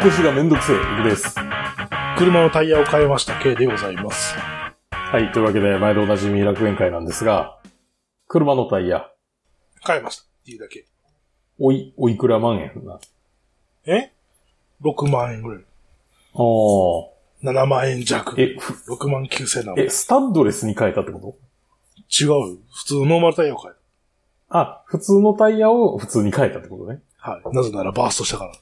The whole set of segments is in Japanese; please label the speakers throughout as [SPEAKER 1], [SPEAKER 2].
[SPEAKER 1] 消しがめんどくせえ、僕です。
[SPEAKER 2] 車のタイヤを変えました系でございます。
[SPEAKER 1] はい、というわけで、毎度おなじみ楽園会なんですが、車のタイヤ、
[SPEAKER 2] 変えました。っていうだけ。
[SPEAKER 1] おい、おいくら万円な。
[SPEAKER 2] え ?6 万円ぐらい。
[SPEAKER 1] お
[SPEAKER 2] 7万円弱
[SPEAKER 1] ー。。え、ふ
[SPEAKER 2] 6万9千なんぼ違
[SPEAKER 1] え、
[SPEAKER 2] う
[SPEAKER 1] スタッドレスに変えたってこと
[SPEAKER 2] よ。普通のノーマルタイヤを変え
[SPEAKER 1] あ、普通のタイヤを普通に変えたってことね。
[SPEAKER 2] た。はい。なぜならバーストしたから。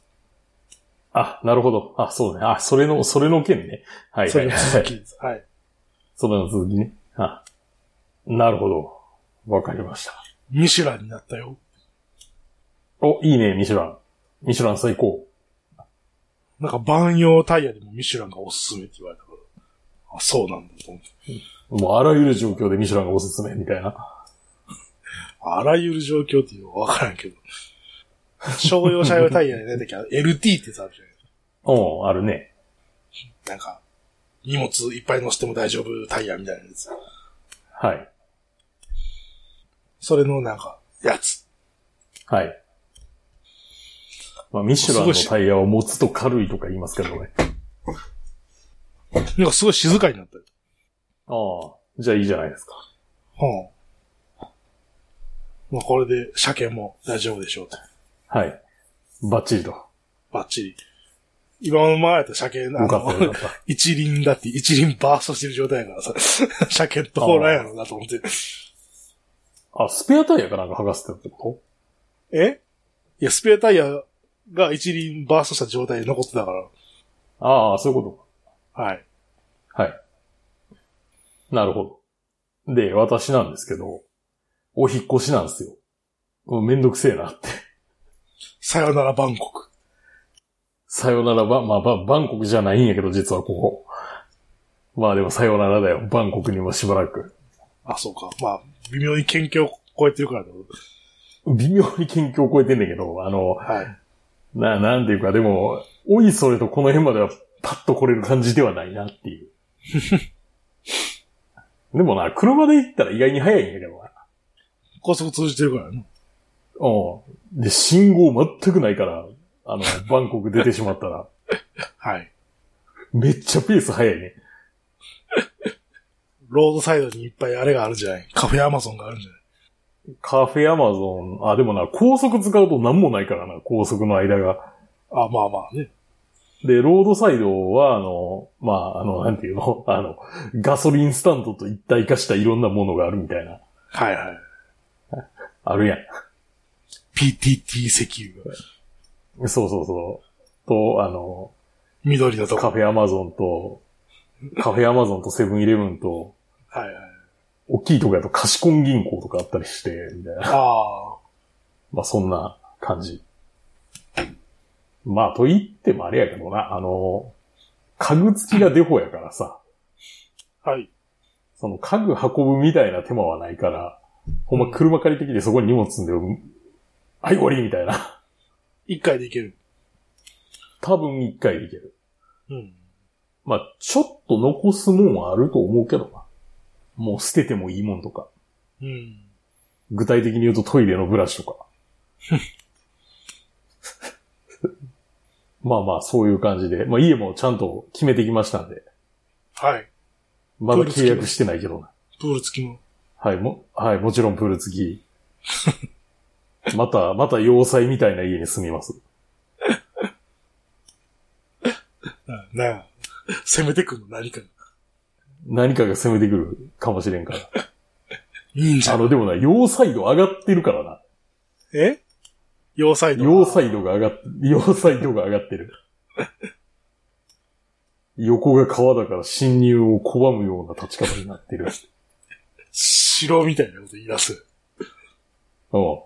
[SPEAKER 1] あ、なるほど。あ、そうね。あ、それの、それの件ね。はい、
[SPEAKER 2] そ
[SPEAKER 1] はい
[SPEAKER 2] れの
[SPEAKER 1] はい。
[SPEAKER 2] 続きです。はい。
[SPEAKER 1] それの続きね。あ、なるほど。わかりました。
[SPEAKER 2] ミシュランになったよ。
[SPEAKER 1] お、いいね、ミシュラン。ミシュラン最高。
[SPEAKER 2] なんか万用タイヤでもミシュランがおすすめって言われたから。あ、そうなんだと思って。
[SPEAKER 1] もうあらゆる状況でミシュランがおすすめ、みたいな。
[SPEAKER 2] あらゆる状況っていうのはわからんけど。商用車用タイヤで出てきゃ LT ってやつあるじゃない
[SPEAKER 1] うん、あるね。
[SPEAKER 2] なんか、荷物いっぱい乗せても大丈夫タイヤみたいなやつ。
[SPEAKER 1] はい。
[SPEAKER 2] それのなんか、やつ。
[SPEAKER 1] はい。まあ、ミシュランのタイヤを持つと軽いとか言いますけどね。
[SPEAKER 2] なんかすごい静かになったよ。
[SPEAKER 1] ああ、じゃあいいじゃないですか。
[SPEAKER 2] はあ、まあこれで車検も大丈夫でしょうと。
[SPEAKER 1] はい。バッチリと。よ
[SPEAKER 2] バッチリ。今の前やったら車検、あ
[SPEAKER 1] かったよ
[SPEAKER 2] の
[SPEAKER 1] か、っ
[SPEAKER 2] 一輪だって一輪バーストしてる状態やからさ、 車検通らんやろなと思って。
[SPEAKER 1] た。あ、スペアタイヤかなんか剥がしてたってこ
[SPEAKER 2] えいや、スペアタイヤが一輪バーストした状態で残ってたから。
[SPEAKER 1] とああ、そういうこ
[SPEAKER 2] はい。
[SPEAKER 1] とか。はい。なるほど。で、私なんですけど、お引っ越しなんですよ。もうめんどくせえなって。
[SPEAKER 2] さよならバンコク。
[SPEAKER 1] さよならば、まあ、ば、バンコクじゃないんやけど、実はここ。まあでもさよならだよ。バンコクにもしばらく。
[SPEAKER 2] あ、そうか。まあ、微妙に県境を超えてるからだ
[SPEAKER 1] 微妙に県境を超えてんだけど、あの、
[SPEAKER 2] はい。
[SPEAKER 1] な、なんていうか、でも、おいそれとこの辺まではパッと来れる感じではないなっていう。でもな、車で行ったら意外に早いんだけどな。
[SPEAKER 2] 高速通じてるからね。
[SPEAKER 1] うん。で、信号全くないから、あの、バンコク出てしまったら、
[SPEAKER 2] はい。
[SPEAKER 1] めっちゃペース早いね。
[SPEAKER 2] ロードサイドにいっぱいあれがあるじゃない。カフェアマゾンがあるんじゃない。
[SPEAKER 1] カフェアマゾン、あ、でもな、高速使うと何もないからな、高速の間が。
[SPEAKER 2] あ、まあまあね。
[SPEAKER 1] で、ロードサイドは、あの、まあ、あの、なんていうの、あの、ガソリンスタンドと一体化したいろんなものがあるみたいな、
[SPEAKER 2] はいはい。
[SPEAKER 1] あるやん。
[SPEAKER 2] PTT 石油が。
[SPEAKER 1] そうそうそう。と、あの、
[SPEAKER 2] 緑のと
[SPEAKER 1] カ
[SPEAKER 2] こ。
[SPEAKER 1] フェアマゾンと、カフェアマゾンとセブンイレブンと、
[SPEAKER 2] はいはい。
[SPEAKER 1] 大きいとこやと貸しコン銀行とかあったりして、みたいな。
[SPEAKER 2] あ
[SPEAKER 1] まあそんな感じ。まあと言ってもあれやけどな、あの、家具付きがデフォやからさ、
[SPEAKER 2] あ。はい。
[SPEAKER 1] その家具運ぶみたいな手間はないから、ほんま車借りてきてそこに荷物積んで、はい終わりみたいな。
[SPEAKER 2] 一回でいける。
[SPEAKER 1] 多分一回でいける。
[SPEAKER 2] うん。
[SPEAKER 1] まあちょっと残すもんはあると思うけどな。もう捨ててもいいもんとか。
[SPEAKER 2] うん。
[SPEAKER 1] 具体的に言うとトイレのブラシとか。 まあまあ、そういう感じで。まあ家もちゃんと決めてきましたんで。
[SPEAKER 2] はい。
[SPEAKER 1] まだ契約してないけどな。
[SPEAKER 2] プール付きの。
[SPEAKER 1] はい、も、はい、もちろんプール付き。 また、また要塞みたいな家に住みます。
[SPEAKER 2] うんなあ。攻めてくるの何か。
[SPEAKER 1] 何かが攻めてくるかもしれんから。
[SPEAKER 2] 忍者
[SPEAKER 1] あ。の、でもな、要塞度上がってるからな。
[SPEAKER 2] え要塞の。
[SPEAKER 1] 要塞度が上がっ、要塞度が上がってる。 横が川だから侵入を拒むような立ち方になってる。
[SPEAKER 2] 城みたいなこと言い出す。
[SPEAKER 1] うん。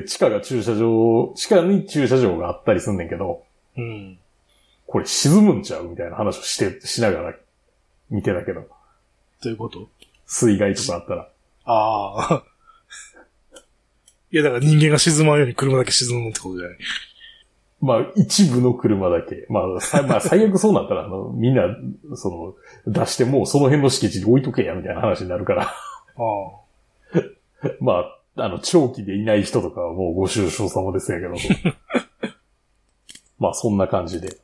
[SPEAKER 1] で、地下が駐車場、地下に駐車場があったりすんねんけど、
[SPEAKER 2] うん。
[SPEAKER 1] これ沈むんちゃうみたいな話をして、しながら見てたけど、
[SPEAKER 2] ということ
[SPEAKER 1] 水害とかあったら。
[SPEAKER 2] ああ。 いや、だから人間が沈まんように車だけ沈むってことじゃない。
[SPEAKER 1] まあ、一部の車だけ。まあ、さまあ、最悪そうなったら、あの、みんな、その、出してもうその辺の敷地に置いとけや、みたいな話になるから。
[SPEAKER 2] ああ。
[SPEAKER 1] まあ、あの、長期でいない人とかはもうご愁傷様ですやけど。まあそんな感じで。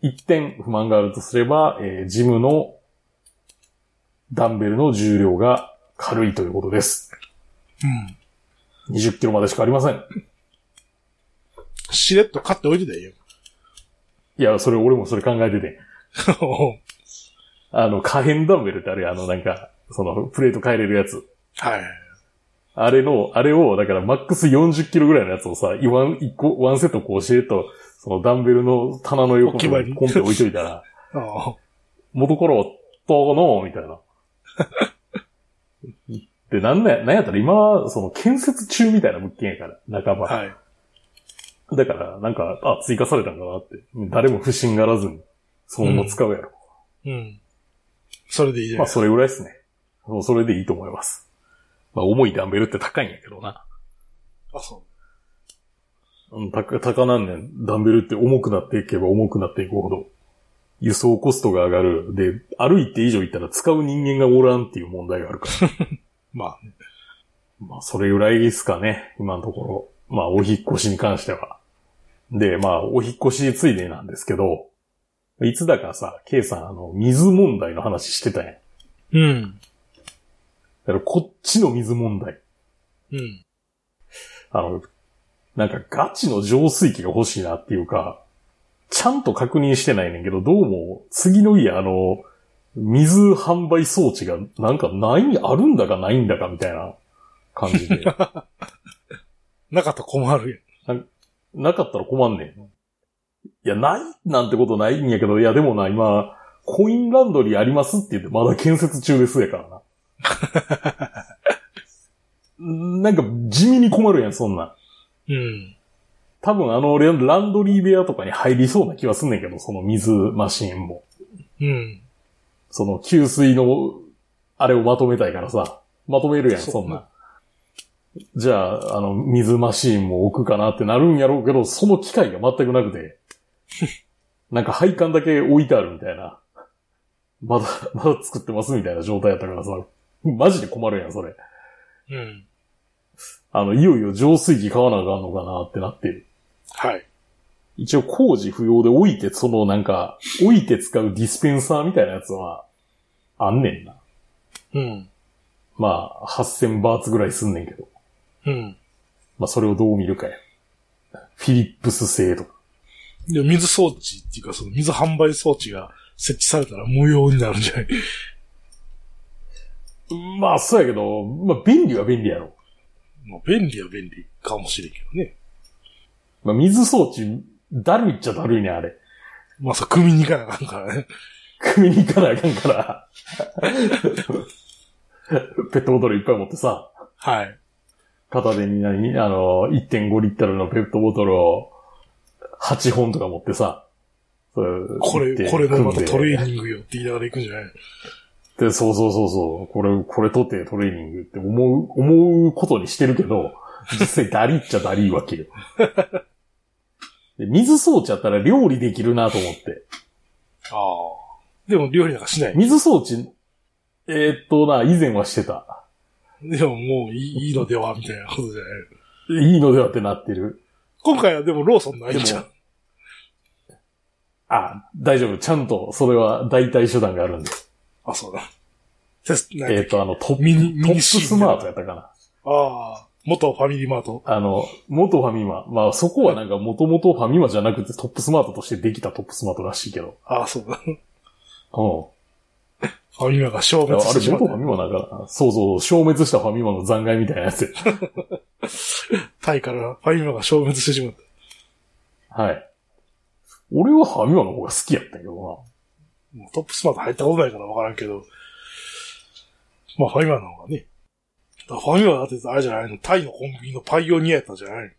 [SPEAKER 1] 一点不満があるとすれば、えージムのダンベルの重量が軽いということです。
[SPEAKER 2] うん。
[SPEAKER 1] 20キロまでしかありません。
[SPEAKER 2] しれっと買っておいてだよ。
[SPEAKER 1] いや、それ俺もそれ考えてて。あの、可変ダンベルってあれ、あのなんか、そのプレート変えれるやつ。
[SPEAKER 2] はい。
[SPEAKER 1] あれの、あれを、だからマックス40キロぐらいのやつをさ、いわん一個、ワンセットこうしてと、そのダンベルの棚の横
[SPEAKER 2] 置き場
[SPEAKER 1] に
[SPEAKER 2] に
[SPEAKER 1] コンって置いといたら、
[SPEAKER 2] ああ
[SPEAKER 1] 元から夫の、みたい な。で、なんなんや、なんやったら今、その建設中みたいな物件やから、半ば。
[SPEAKER 2] はい。
[SPEAKER 1] だから、なんか、あ、追加されたんかなって。誰も不審がらずに、そのまま使うやろ。
[SPEAKER 2] うん。それでいいじゃ
[SPEAKER 1] ま
[SPEAKER 2] な
[SPEAKER 1] あ、
[SPEAKER 2] い
[SPEAKER 1] それぐらいですね。そうそれでいいと思います。まあ、重いダンベルって高いんやけどな。
[SPEAKER 2] あ、そ
[SPEAKER 1] うん、高、高なんねん。ダンベルって重くなっていけば重くなっていくほど、輸送コストが上がる。で、歩いて以上行ったら使う人間がおらんっていう問題があるから。
[SPEAKER 2] う。まあね、
[SPEAKER 1] まあ、それぐらいですかね、今のところ。まあ、お引っ越しに関しては。で、まあ、お引っ越しついでなんですけど、いつだかさ、ケイさん、あの、水問題の話してたやん。だ
[SPEAKER 2] うん。
[SPEAKER 1] から、こっちの水問題。
[SPEAKER 2] うん。
[SPEAKER 1] あの、なんかガチの浄水器が欲しいなっていうか、ちゃんと確認してないねんけど、どうも、次の家、あの、水販売装置がなんかない、あるんだかないんだかみたいな感じで。
[SPEAKER 2] なかったら困る
[SPEAKER 1] なかったら困んねん。いや、ないなんてことないんやけど、いや、でもな、今、コインランドリーありますって言って、まだ建設中ですやからな。なんか、地味に困るやん、そんなん。
[SPEAKER 2] やん。うん。
[SPEAKER 1] 多分あの、レランドリー部屋とかに入りそうな気はすんねんけど、その水マシンも。
[SPEAKER 2] うん。
[SPEAKER 1] その給水の、あれをまとめたいからさ。まとめるやん、
[SPEAKER 2] そう
[SPEAKER 1] そんなん。じゃあ、あの、水マシーンも置くかなってなるんやろうけど、その機会が全くなく て。なんか配管だけ置いてあるみたいな。まだ、まだ作ってますみたいな状態やったからさ。マジで困るやん、それ。
[SPEAKER 2] うん。
[SPEAKER 1] あの、いよいよ浄水器買わなあかんのかなってなってる。
[SPEAKER 2] はい。
[SPEAKER 1] 一応工事不要で置いて、そのなんか、置いて使うディスペンサーみたいなやつは、あんねんな。
[SPEAKER 2] うん。
[SPEAKER 1] まあ、8000バーツぐらいすんねんけど。
[SPEAKER 2] うん。
[SPEAKER 1] まあ、それをどう見るかや。フィリップス製とか。
[SPEAKER 2] で、水装置っていうか、その水販売装置が設置されたら無用になるんじゃない
[SPEAKER 1] まあ、そうやけど、まあ、便利は便利やろ。
[SPEAKER 2] まあ、便利は便利かもしれんけどね。
[SPEAKER 1] まあ、水装置、だるいっちゃだるいね、あれ。
[SPEAKER 2] まあ、さ、組みに行かなあかんからね。
[SPEAKER 1] 組に行かなあかんから。 ペットボトルいっぱい持ってさ、
[SPEAKER 2] はい。
[SPEAKER 1] 片手に何あの、1.5リットルのペットボトルを8本とか持ってさ、そう
[SPEAKER 2] こ
[SPEAKER 1] 行って
[SPEAKER 2] れ、これもまたト
[SPEAKER 1] 組んで
[SPEAKER 2] レーニングよって言いながら行くんじゃない
[SPEAKER 1] で、そうそうそうそう。これ、これとってトレーニングって思う、思うことにしてるけど、実際ダリっちゃダリーわけよ。 で水装置やったら料理できるなと思って。
[SPEAKER 2] ああ。でも料理なんかしない。
[SPEAKER 1] 水装置、えーっとな、以前はしてた。
[SPEAKER 2] でももういいいいのではみたいなことじゃない。
[SPEAKER 1] いいのではってなってる。
[SPEAKER 2] 今回はでもローソンないじゃん。
[SPEAKER 1] あ、大丈夫。ちゃんと、それは代替手段があるんで。
[SPEAKER 2] あ、そうだ。テスト、なん
[SPEAKER 1] え
[SPEAKER 2] だ
[SPEAKER 1] ーっ
[SPEAKER 2] っけ
[SPEAKER 1] と、あの、トップ、
[SPEAKER 2] ミニ、
[SPEAKER 1] ト
[SPEAKER 2] ミ
[SPEAKER 1] ッ
[SPEAKER 2] ニ
[SPEAKER 1] プ
[SPEAKER 2] シーン
[SPEAKER 1] スマートやったかな。
[SPEAKER 2] ああ、元ファミリーマート。
[SPEAKER 1] あの、元ファミマ。まあ、そこはなんか元々ファミマじゃなくてトップスマートとしてできたトップスマートらしいけど。
[SPEAKER 2] ああ、そうだ。フ
[SPEAKER 1] うん。
[SPEAKER 2] ァミマが消滅
[SPEAKER 1] あ
[SPEAKER 2] して
[SPEAKER 1] れ、
[SPEAKER 2] しまっ
[SPEAKER 1] 元フ
[SPEAKER 2] た
[SPEAKER 1] ァ。ミマなんかなそうそう、消滅したファミマの残骸みたいなやつ。
[SPEAKER 2] タイからファミマが消滅してしまった。
[SPEAKER 1] はい。俺はファミマの方が好きやったけど
[SPEAKER 2] もうトップスマート入ったことないからわからんけど。まあファミマの方がね。だからファミマだってあれじゃないのタイのコンビニのパイオニアやったじゃないの
[SPEAKER 1] な。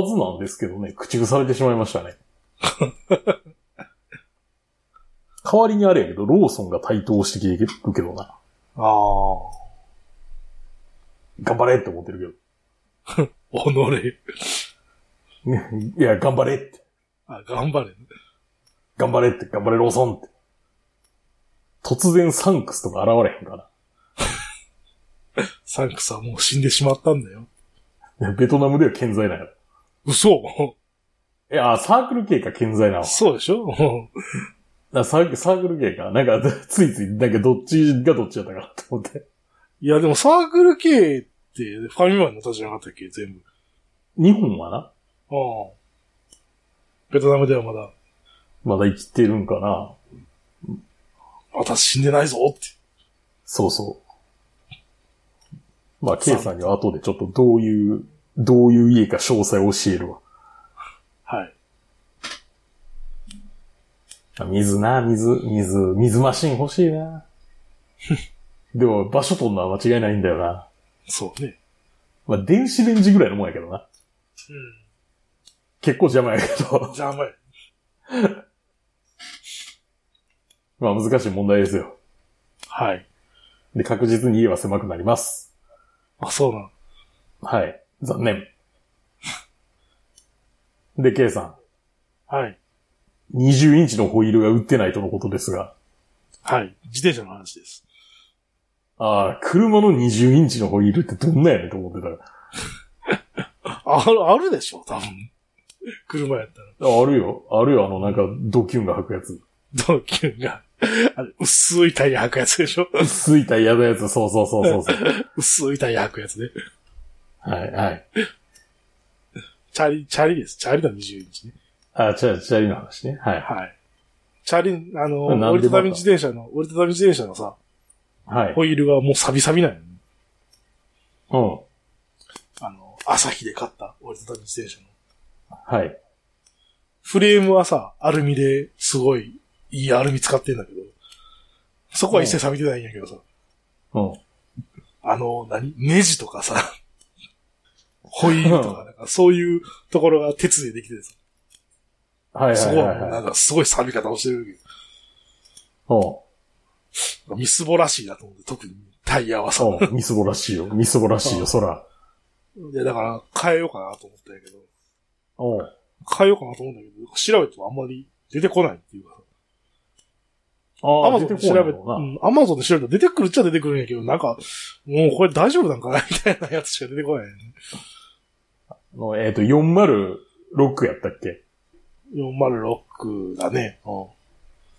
[SPEAKER 1] はずなんですけどね、駆逐されてしまいましたね。代わりにあれやけど、ローソンが台頭してきてるけどな。
[SPEAKER 2] ああ。
[SPEAKER 1] 頑張れって思ってる
[SPEAKER 2] おのれ。
[SPEAKER 1] けど。いや、頑張れって。
[SPEAKER 2] あ、頑張れ。
[SPEAKER 1] 頑張れって、頑張れローソンって。突然サンクスとか現れへんか
[SPEAKER 2] サンクスはも う死んでしまったんだよ。
[SPEAKER 1] ら。ベトナムでは健在なんやろ。
[SPEAKER 2] 嘘
[SPEAKER 1] いや、サークル系か健在なの。だか
[SPEAKER 2] そうでしょうん
[SPEAKER 1] らサーサークル系か。なんか、 ついつい、なんかどっちがどっちだったかなと思って。
[SPEAKER 2] いや、でもサークル系ってファミマンの立ちじゃなかったっけ全部。
[SPEAKER 1] 日本はな、
[SPEAKER 2] うん。ベトナムではまだ、
[SPEAKER 1] まだ生きてるんかな。
[SPEAKER 2] 私死んでないぞって。
[SPEAKER 1] そうそう。まあ、ケイさんには後でちょっとどういう、どういう家か詳細を教えるわ。
[SPEAKER 2] はい。
[SPEAKER 1] あ水な、水、水、水マシン欲しいな。 でも、場所取るのは間違いないんだよな。
[SPEAKER 2] そうね。
[SPEAKER 1] まあ、電子レンジぐらいのもんやけどな。
[SPEAKER 2] う
[SPEAKER 1] 結構邪魔やけど
[SPEAKER 2] ん。。じゃあ、まい。
[SPEAKER 1] まあ、難しい問題ですよ。
[SPEAKER 2] はい。
[SPEAKER 1] で、確実に家は狭くなります。
[SPEAKER 2] あ、そうなん。
[SPEAKER 1] はい。残念。で、K さ
[SPEAKER 2] はい。
[SPEAKER 1] ん。20インチのホイールが売ってないとのことですが。
[SPEAKER 2] はい。自転車の話です。
[SPEAKER 1] ああ、車の20インチのホイールってどんなやねんと思ってたら。
[SPEAKER 2] ある、あるでしょ多分。車やったら。
[SPEAKER 1] ああるよ。あるよ。あの、なんか、ドキュンが履くやつ。
[SPEAKER 2] 同級が、あれ、薄いタイヤ履くやつでしょ
[SPEAKER 1] 薄いタイヤのやつ。そうそうそうそうそう。
[SPEAKER 2] 薄いタイヤ履くやつね。
[SPEAKER 1] はい、はい。
[SPEAKER 2] チャリ、チャリです。チャリだ、20インチね。
[SPEAKER 1] あ、チャチャリの話ね。はい。
[SPEAKER 2] はい。チャリ、あ
[SPEAKER 1] な
[SPEAKER 2] の、
[SPEAKER 1] んでまた
[SPEAKER 2] 折りたたみ自転車の、折りたたみ自転車のさ、
[SPEAKER 1] はい。
[SPEAKER 2] ホイールがもうサビサビなんよね。
[SPEAKER 1] うん。
[SPEAKER 2] あの、朝日で買った折りたたみ自転車の。
[SPEAKER 1] はい。
[SPEAKER 2] フレームはさ、アルミですごいいいアルミ使ってんだけど、そこは一切錆びてないんやけどさ、
[SPEAKER 1] うん。
[SPEAKER 2] あの、何ネジとか さ、ホイールとか、なんかそういうところが鉄でできててさ、
[SPEAKER 1] はい
[SPEAKER 2] そ
[SPEAKER 1] はい
[SPEAKER 2] こ
[SPEAKER 1] は
[SPEAKER 2] はいもう
[SPEAKER 1] は
[SPEAKER 2] ないんかすごい錆び方をしてるけど。
[SPEAKER 1] う
[SPEAKER 2] なんかミスボらしいなと思って、特にタイヤはさ。
[SPEAKER 1] ん。うん。みすぼらしいよ。みすぼらしいよ、そら。
[SPEAKER 2] で、だから変えようかなと思ったんやけど、
[SPEAKER 1] うん。
[SPEAKER 2] 変えようかなと思うんだけど、調べてもあんまり出てこないっていうかさ、
[SPEAKER 1] あ
[SPEAKER 2] ア
[SPEAKER 1] あ、
[SPEAKER 2] マ
[SPEAKER 1] 出
[SPEAKER 2] ゾン
[SPEAKER 1] て
[SPEAKER 2] で
[SPEAKER 1] こ
[SPEAKER 2] 調
[SPEAKER 1] な
[SPEAKER 2] べ
[SPEAKER 1] い
[SPEAKER 2] て、
[SPEAKER 1] だろうな。
[SPEAKER 2] アマゾンで調べたら出てくるっちゃ出てくるんやけど、なんか、もうこれ大丈夫なんかなみたいなやつしか出てこない、ね。
[SPEAKER 1] あのえっ、と、406やったっけ
[SPEAKER 2] 406だね。うん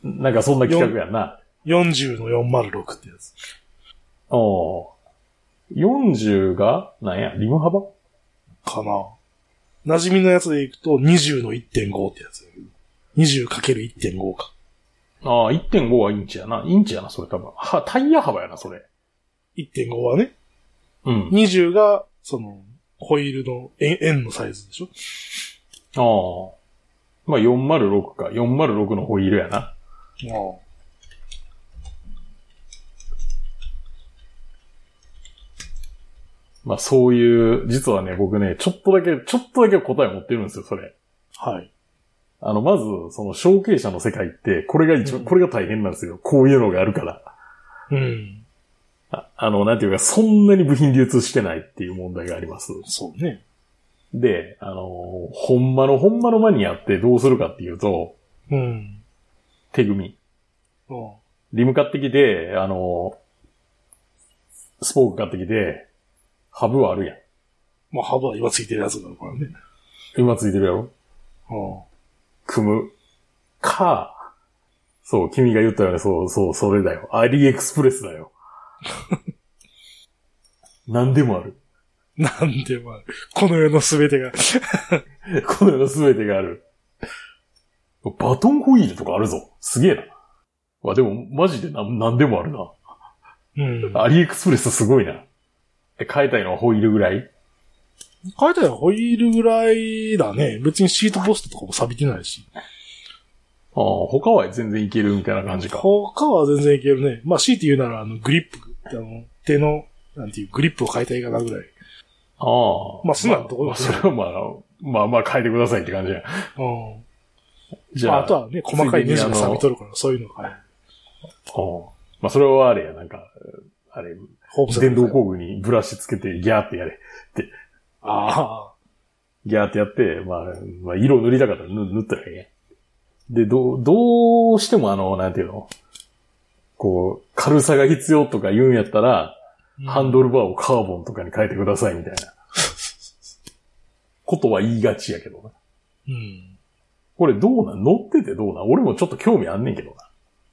[SPEAKER 1] なんかそんな企画やんな。
[SPEAKER 2] 40の406ってやつ。
[SPEAKER 1] お40が、なんや、リム幅
[SPEAKER 2] かな。馴染みのやつでいくと20の1.5ってやつやけど。20×1.5 か。
[SPEAKER 1] ああ、1.5はインチやな。インチやな、それ多分。は、タイヤ幅やな、それ。
[SPEAKER 2] 1.5はね、
[SPEAKER 1] うん。
[SPEAKER 2] 20が、その、ホイールの円円のサイズでしょ
[SPEAKER 1] ああ。まあ、406か。406のホイールやな。
[SPEAKER 2] あ
[SPEAKER 1] まあ、そういう、実はね、僕ね、ちょっとだけ、ちょっとだけ答え持ってるんですよ、それ。
[SPEAKER 2] あ。はい。
[SPEAKER 1] あの、まず、その、承継者の世界って、これが一番、
[SPEAKER 2] うん
[SPEAKER 1] これが大変なんですよ。こういうのがあるから。
[SPEAKER 2] うん。
[SPEAKER 1] ああの、なんていうか、そんなに部品流通してないっていう問題があります。
[SPEAKER 2] そうね。
[SPEAKER 1] で、あの、ほんまのほんまのマニアってどうするかっていうと、
[SPEAKER 2] うん。
[SPEAKER 1] 手組み。
[SPEAKER 2] うん。
[SPEAKER 1] リム買ってきて、あの、スポーク買ってきて、ハブはあるやん。
[SPEAKER 2] まあ、幅は今ついてるやつだからね。
[SPEAKER 1] 今ついてるやろ
[SPEAKER 2] うん。
[SPEAKER 1] 組む。か、そう、君が言ったよね、そう、そう、それだよ。アリエクスプレスだ よ。何でもある。
[SPEAKER 2] なんでまあ、この世のすべてが。
[SPEAKER 1] この世の全てがある。バトンホイールとかあるぞ。すげえな。わ、でも、マジでな何でもあるな。
[SPEAKER 2] うん。
[SPEAKER 1] アリエクスプレスすごいな。え変えたいのはホイールぐらい
[SPEAKER 2] 書いてあるホイールぐらいだね。別にシートポストとかも錆びてないし。
[SPEAKER 1] ああ、他は全然いけるみたいな感じか。
[SPEAKER 2] 他は全然いけるね。まあ、強いて言うなら、あの、グリップ、あの、手の、なんていう、グリップを変えたいかなぐらい。
[SPEAKER 1] ああ。
[SPEAKER 2] まあ素直なところ
[SPEAKER 1] まあそれはまあ、まあまあ変えてくださいって感じや。
[SPEAKER 2] うん。
[SPEAKER 1] じ
[SPEAKER 2] ま
[SPEAKER 1] ゃ
[SPEAKER 2] あ、
[SPEAKER 1] あ、
[SPEAKER 2] あとはね、細かいネジが錆びとるから、そういうのが、
[SPEAKER 1] うんまあそれはあれや、なんか、あれ、
[SPEAKER 2] ホームセン
[SPEAKER 1] 電
[SPEAKER 2] ター
[SPEAKER 1] 動工具にブラシつけてギャーってやれ。
[SPEAKER 2] あ
[SPEAKER 1] ギャーってやって、まあ、まあ、色塗りたかったら塗塗ったらいいやで、どう、どうしてもあの、なんていうのこう、軽さが必要とか言うんやったら、
[SPEAKER 2] あ。
[SPEAKER 1] ハンドルバーをカーボンとかに変えてくださいみたいな。ことは言いがちやけどな。
[SPEAKER 2] うん。
[SPEAKER 1] これどうなん乗っててどうなん俺もちょっと興味あんねんけどな。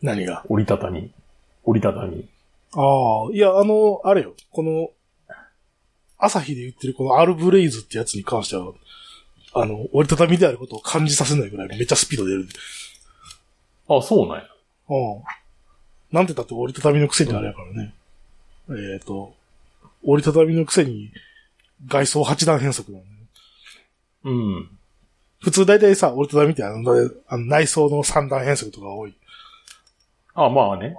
[SPEAKER 2] 何が。
[SPEAKER 1] 折りたたみ。折りたたみ。
[SPEAKER 2] ああ、いや、あの、あれよ、この、朝日で言ってるこのアルブレイズってやつに関しては、あの、折りたたみであることを感じさせないぐらいめっちゃスピード出る。
[SPEAKER 1] あ、そうなんや。
[SPEAKER 2] うん。なんてだって折りたたみのくせにあれやからね。えっ、と、折りたたみのくせに外装8段変速なのね。
[SPEAKER 1] うん。
[SPEAKER 2] 普通大体さ、折りたたみってあのだあの内装の3段変速とか多い。
[SPEAKER 1] あ、まあね。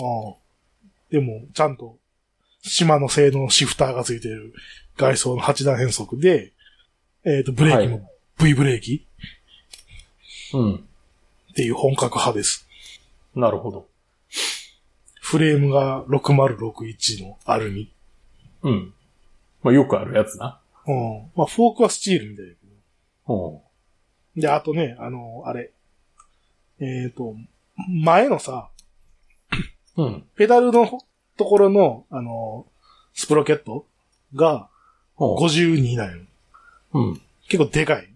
[SPEAKER 2] うん。でも、ちゃんと、島の性能シフターがついてる外装の8段変速で、えっ、と、ブレーキも V ブレーキ
[SPEAKER 1] うん。
[SPEAKER 2] っていう本格派です。
[SPEAKER 1] なるほど。
[SPEAKER 2] フレームが6061のアルミ。
[SPEAKER 1] うん。まあよくあるやつな。
[SPEAKER 2] うん。まあ、フォークはスチールみたいだけど。
[SPEAKER 1] うん。
[SPEAKER 2] で、あとね、あの、あれ。えっ、と、前のさ、
[SPEAKER 1] うん。
[SPEAKER 2] ペダルのところの、あの、スプロケットが
[SPEAKER 1] う
[SPEAKER 2] 52なんよ。
[SPEAKER 1] ん。
[SPEAKER 2] 結構でかい。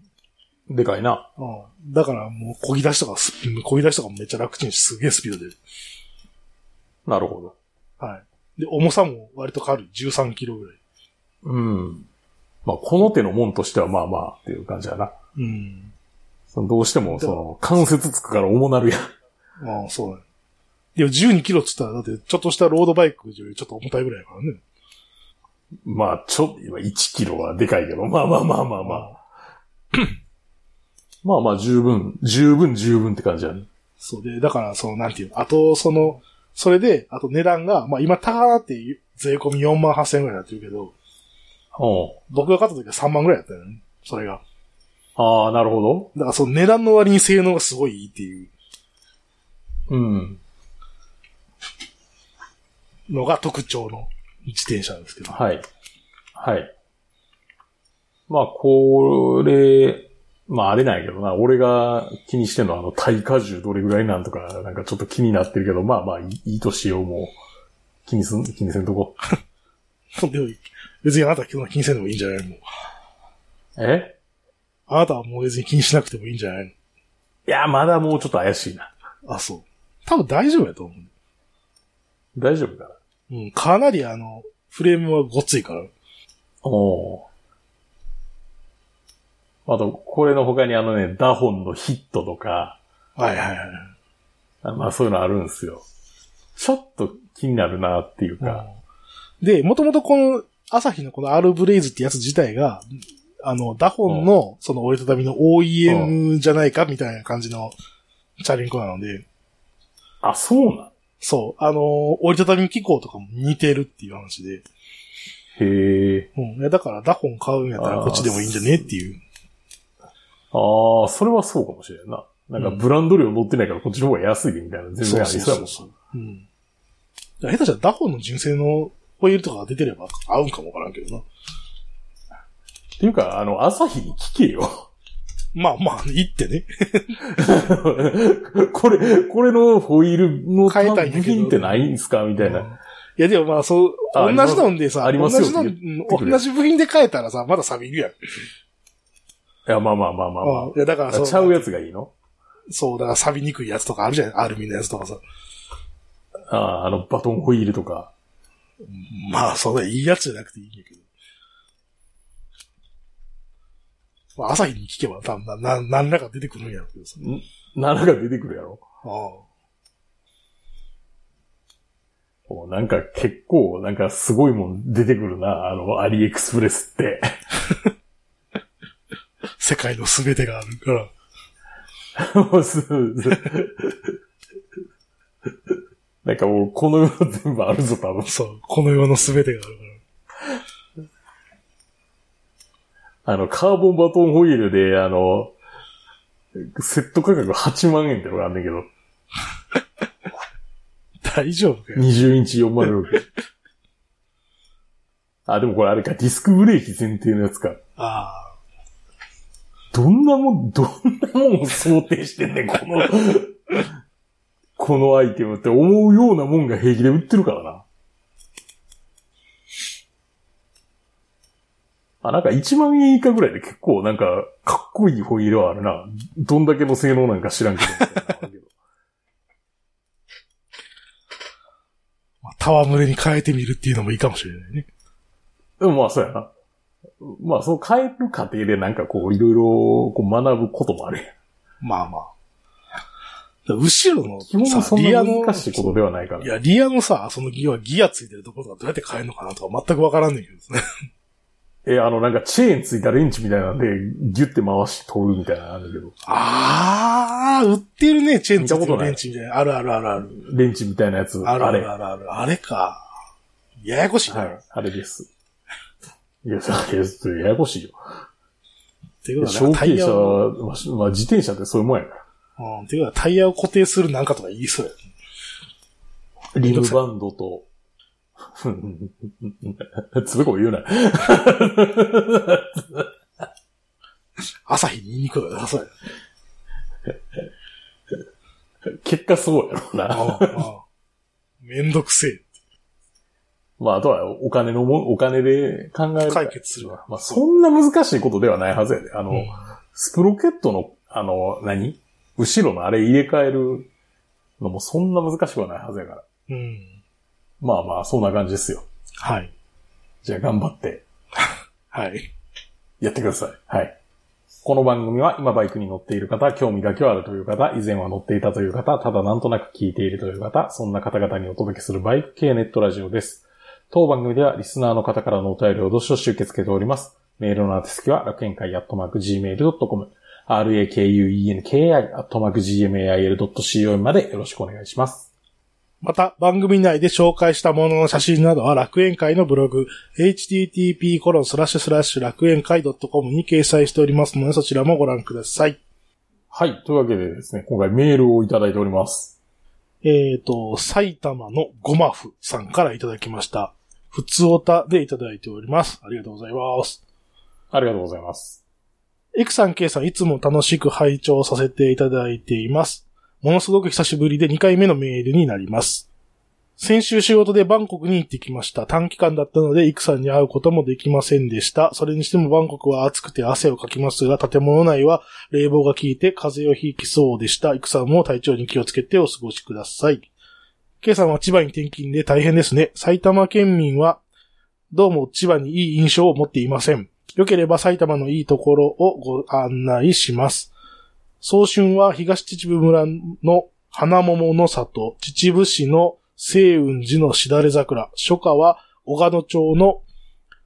[SPEAKER 1] うん。でかいな。
[SPEAKER 2] うん。だからもう、漕ぎ出しとかスピ、漕ぎ出しとかもめっちゃ楽ちんし、すげえスピード出る。
[SPEAKER 1] なるほど。
[SPEAKER 2] はい。で、重さも割と軽い。13キロぐらい。
[SPEAKER 1] うん。まあこの手のもんとしてはまあまあっていう感じやな。
[SPEAKER 2] うん。
[SPEAKER 1] そのどうしても、その、関節つくから重なるやん。
[SPEAKER 2] ああ、そうだね。でも12キロっつったら、だって、ちょっとしたロードバイクよりちょっと重たいぐらいだからね。
[SPEAKER 1] まあ、ちょ、今1キロはでかいけど、まあまあまあまあまあ。まあまあ、十分、十分十分って感じやね。
[SPEAKER 2] そうで、だから、その、なんていうの、あと、その、それで、あと値段が、まあ今、高なっていう税込み4万8千円ぐらいになってるけど、
[SPEAKER 1] うん。
[SPEAKER 2] 僕が買った時は3万ぐらいだったよね。それが。
[SPEAKER 1] ああ、なるほど。
[SPEAKER 2] だからその値段の割に性能がすごいいいっていう
[SPEAKER 1] うん。
[SPEAKER 2] のが特徴の自転車なんですけど。
[SPEAKER 1] はい。はい。まあ、これ、まあ、あれなんやけどな。俺が気にしてんのは、あの、耐荷重どれぐらいなんとか、なんかちょっと気になってるけど、まあまあ、いいいいとしようもう。気にすん、気にせんとこ。
[SPEAKER 2] でも別にあなたはそんな気にせんでもいいんじゃないの
[SPEAKER 1] え
[SPEAKER 2] あなたはもう別に気にしなくてもいいんじゃない
[SPEAKER 1] いや、まだもうちょっと怪しいな。
[SPEAKER 2] のあ、そう。多分大丈夫やと思
[SPEAKER 1] 大丈夫かな
[SPEAKER 2] う。うん、かなりあの、フレームはごっついから。
[SPEAKER 1] おおー。あと、これの他にあのね、ダホンのヒットとか、
[SPEAKER 2] はいはいはい。
[SPEAKER 1] あまあそういうのあるんですよ。ちょっと気になるなっていうか、
[SPEAKER 2] で、もともとこの、朝日のこの R ブレイズってやつ自体が、あの、ダホンの、その折りたたみの OEM じゃないかみたいな感じのチャリンコなので、
[SPEAKER 1] あ、そうなん
[SPEAKER 2] そう、あの、折りたたみ機構とかも似てるっていう話で、
[SPEAKER 1] へえ。
[SPEAKER 2] うんいや。だからダホン買うんやったらこっちでもいいんじゃねっていう。
[SPEAKER 1] ああ、それはそうかもしれんな。なんか
[SPEAKER 2] うん
[SPEAKER 1] ブランド量乗ってないからこっちの方が安いみたいな、全
[SPEAKER 2] そ
[SPEAKER 1] 然
[SPEAKER 2] う
[SPEAKER 1] あ
[SPEAKER 2] そ
[SPEAKER 1] り
[SPEAKER 2] う
[SPEAKER 1] そうや
[SPEAKER 2] そ
[SPEAKER 1] もん
[SPEAKER 2] う。そう。うん。だから下手したらダホンの純正のホイールとかが出てれば合うんかもわからんけどな。
[SPEAKER 1] っていうか、あの、朝日に聞けよ。
[SPEAKER 2] まあまあ、いいってね。
[SPEAKER 1] これ、これのホイールの
[SPEAKER 2] 変えたいんだけど
[SPEAKER 1] 部品ってないんですかみたい
[SPEAKER 2] うん
[SPEAKER 1] な。
[SPEAKER 2] いやでもまあそう、
[SPEAKER 1] あ
[SPEAKER 2] 同じのんでさ、
[SPEAKER 1] ありますよ
[SPEAKER 2] 同じの、う
[SPEAKER 1] 言って
[SPEAKER 2] ん
[SPEAKER 1] くれ
[SPEAKER 2] 同じ部品で変えたらさ、まだ錆びるやん。
[SPEAKER 1] いや、まあまあまあまあま
[SPEAKER 2] うんいやだから
[SPEAKER 1] あ。
[SPEAKER 2] そう、
[SPEAKER 1] ちゃうやつがいいの
[SPEAKER 2] そう、だから錆びにくいやつとかあるじゃん。アルミのやつとかさ。
[SPEAKER 1] ああ、あの、バトンホイールとか。
[SPEAKER 2] まあ、そんないいやつじゃなくていいんだけど。まあ、朝日に聞けば多分な、な、何らか出てくるんやろうけど さ。
[SPEAKER 1] 7が出てくるやろ。
[SPEAKER 2] ああ
[SPEAKER 1] おなんか結構、なんかすごいもん出てくるな、あの、アリエクスプレスって。
[SPEAKER 2] 世界の全てがあるから。
[SPEAKER 1] もうすなんかもう、この世の全部あるぞ、多分。
[SPEAKER 2] そう、この世の全てがあるから。
[SPEAKER 1] あの、カーボンバトンホイールで、あの、セット価格8万円ってのがあんねんけど、
[SPEAKER 2] 大丈夫かよ。
[SPEAKER 1] 20インチ406。あ、でもこれあれか、ディスクブレーキ前提のやつか。
[SPEAKER 2] ああ。
[SPEAKER 1] どんなもん、どんなもんを想定してんねん、この、 このアイテムって思うようなもんが平気で売ってるからな。あ、なんか1万円以下ぐらいで結構なんか、かっこいいホイールはあるな。どんだけの性能なんか知らんけどみたいなのあるけど。
[SPEAKER 2] まあ、戯れに変えてみるっていうのもいいかもしれないね。
[SPEAKER 1] でもま あそうやな。まあそう変える過程でなんかこういろいろこう学ぶこともあるやん。
[SPEAKER 2] まあまあ。だから後ろの
[SPEAKER 1] 基本は
[SPEAKER 2] さ
[SPEAKER 1] そん
[SPEAKER 2] リア
[SPEAKER 1] な
[SPEAKER 2] の、
[SPEAKER 1] 難しいことではないから。
[SPEAKER 2] いや、リアのさ、そのギア、ギアついてるところとかどうやって変えるのかなとか全くわからんねんけどね。
[SPEAKER 1] え、あの、なんかチェーンついたレンチみたいなんで、ギュッて回して取るみたいなのあるけど、
[SPEAKER 2] あー、売ってるね、チェーンつい
[SPEAKER 1] 見たこ
[SPEAKER 2] て
[SPEAKER 1] と
[SPEAKER 2] る
[SPEAKER 1] ない
[SPEAKER 2] レンチみたいな。あるあるあるある。
[SPEAKER 1] レンチみたいなやつ、
[SPEAKER 2] あるある
[SPEAKER 1] れ。
[SPEAKER 2] あるある。あれか。ややこしいな。
[SPEAKER 1] はい、あれです。いや、そういやそれややこしいよ。
[SPEAKER 2] っていうことは
[SPEAKER 1] 小
[SPEAKER 2] なんかタイ
[SPEAKER 1] 径
[SPEAKER 2] ヤ
[SPEAKER 1] 車
[SPEAKER 2] を、
[SPEAKER 1] は、まあ、まあ自転車ってそういうもんやか
[SPEAKER 2] うん、っていうことはタイヤを固定するなんかとか言いそうや。
[SPEAKER 1] ら。リムバンドと、 つべこべ言うな。
[SPEAKER 2] 朝日に言いに行くとかなそうや。
[SPEAKER 1] 結果そうやろ うな。
[SPEAKER 2] うんうんめんどくせえ。
[SPEAKER 1] まあ、あとはお金のもん、お金で考えるか
[SPEAKER 2] 解決するわ。
[SPEAKER 1] まあ、そんな難しいことではないはずやで。あの、
[SPEAKER 2] うん
[SPEAKER 1] スプロケットの、あの、何後ろのあれ入れ替えるのもそんな難しくはないはずやから。
[SPEAKER 2] うん。
[SPEAKER 1] まあまあ、そんな感じですよ。
[SPEAKER 2] はい。
[SPEAKER 1] じゃあ頑張って
[SPEAKER 2] はい。
[SPEAKER 1] やってください。はい。この番組は今バイクに乗っている方、興味が今日あるという方、以前は乗っていたという方、ただなんとなく聞いているという方、そんな方々にお届けするバイク系ネットラジオです。当番組ではリスナーの方からのお便りをどしどし受け付けております。メールの宛先は楽園会アットマーク gmail.com、rakuenki アットマーク gmail.co までよろしくお願いします。
[SPEAKER 2] また、番組内で紹介したものの写真などは楽園会のブログ、http コロンスラッシュスラッシュ楽園会 .com に掲載しておりますので、そちらもご覧ください。
[SPEAKER 1] はい。というわけでですね、今回メールをいただいております。
[SPEAKER 2] えっ、と、埼玉のゴマフさんからいただきました。ふつおたでいただいております。ありがとうございます。
[SPEAKER 1] ありがとうございます。
[SPEAKER 2] エクさん、ケイさん、いつも楽しく拝聴させていただいています。ものすごく久しぶりで2回目のメールになります。先週仕事でバンコクに行ってきました。短期間だったので、イクさんに会うこともできませんでした。それにしてもバンコクは暑くて汗をかきますが、建物内は冷房が効いて風邪をひきそうでした。イクさんも体調に気をつけてお過ごしください。ケイさんは千葉に転勤で大変ですね。埼玉県民は、どうも千葉にいい印象を持っていません。良ければ埼玉のいいところをご案内します。早春は東秩父村の花桃の里、秩父市の清雲寺のしだれ桜、初夏は小鹿野町の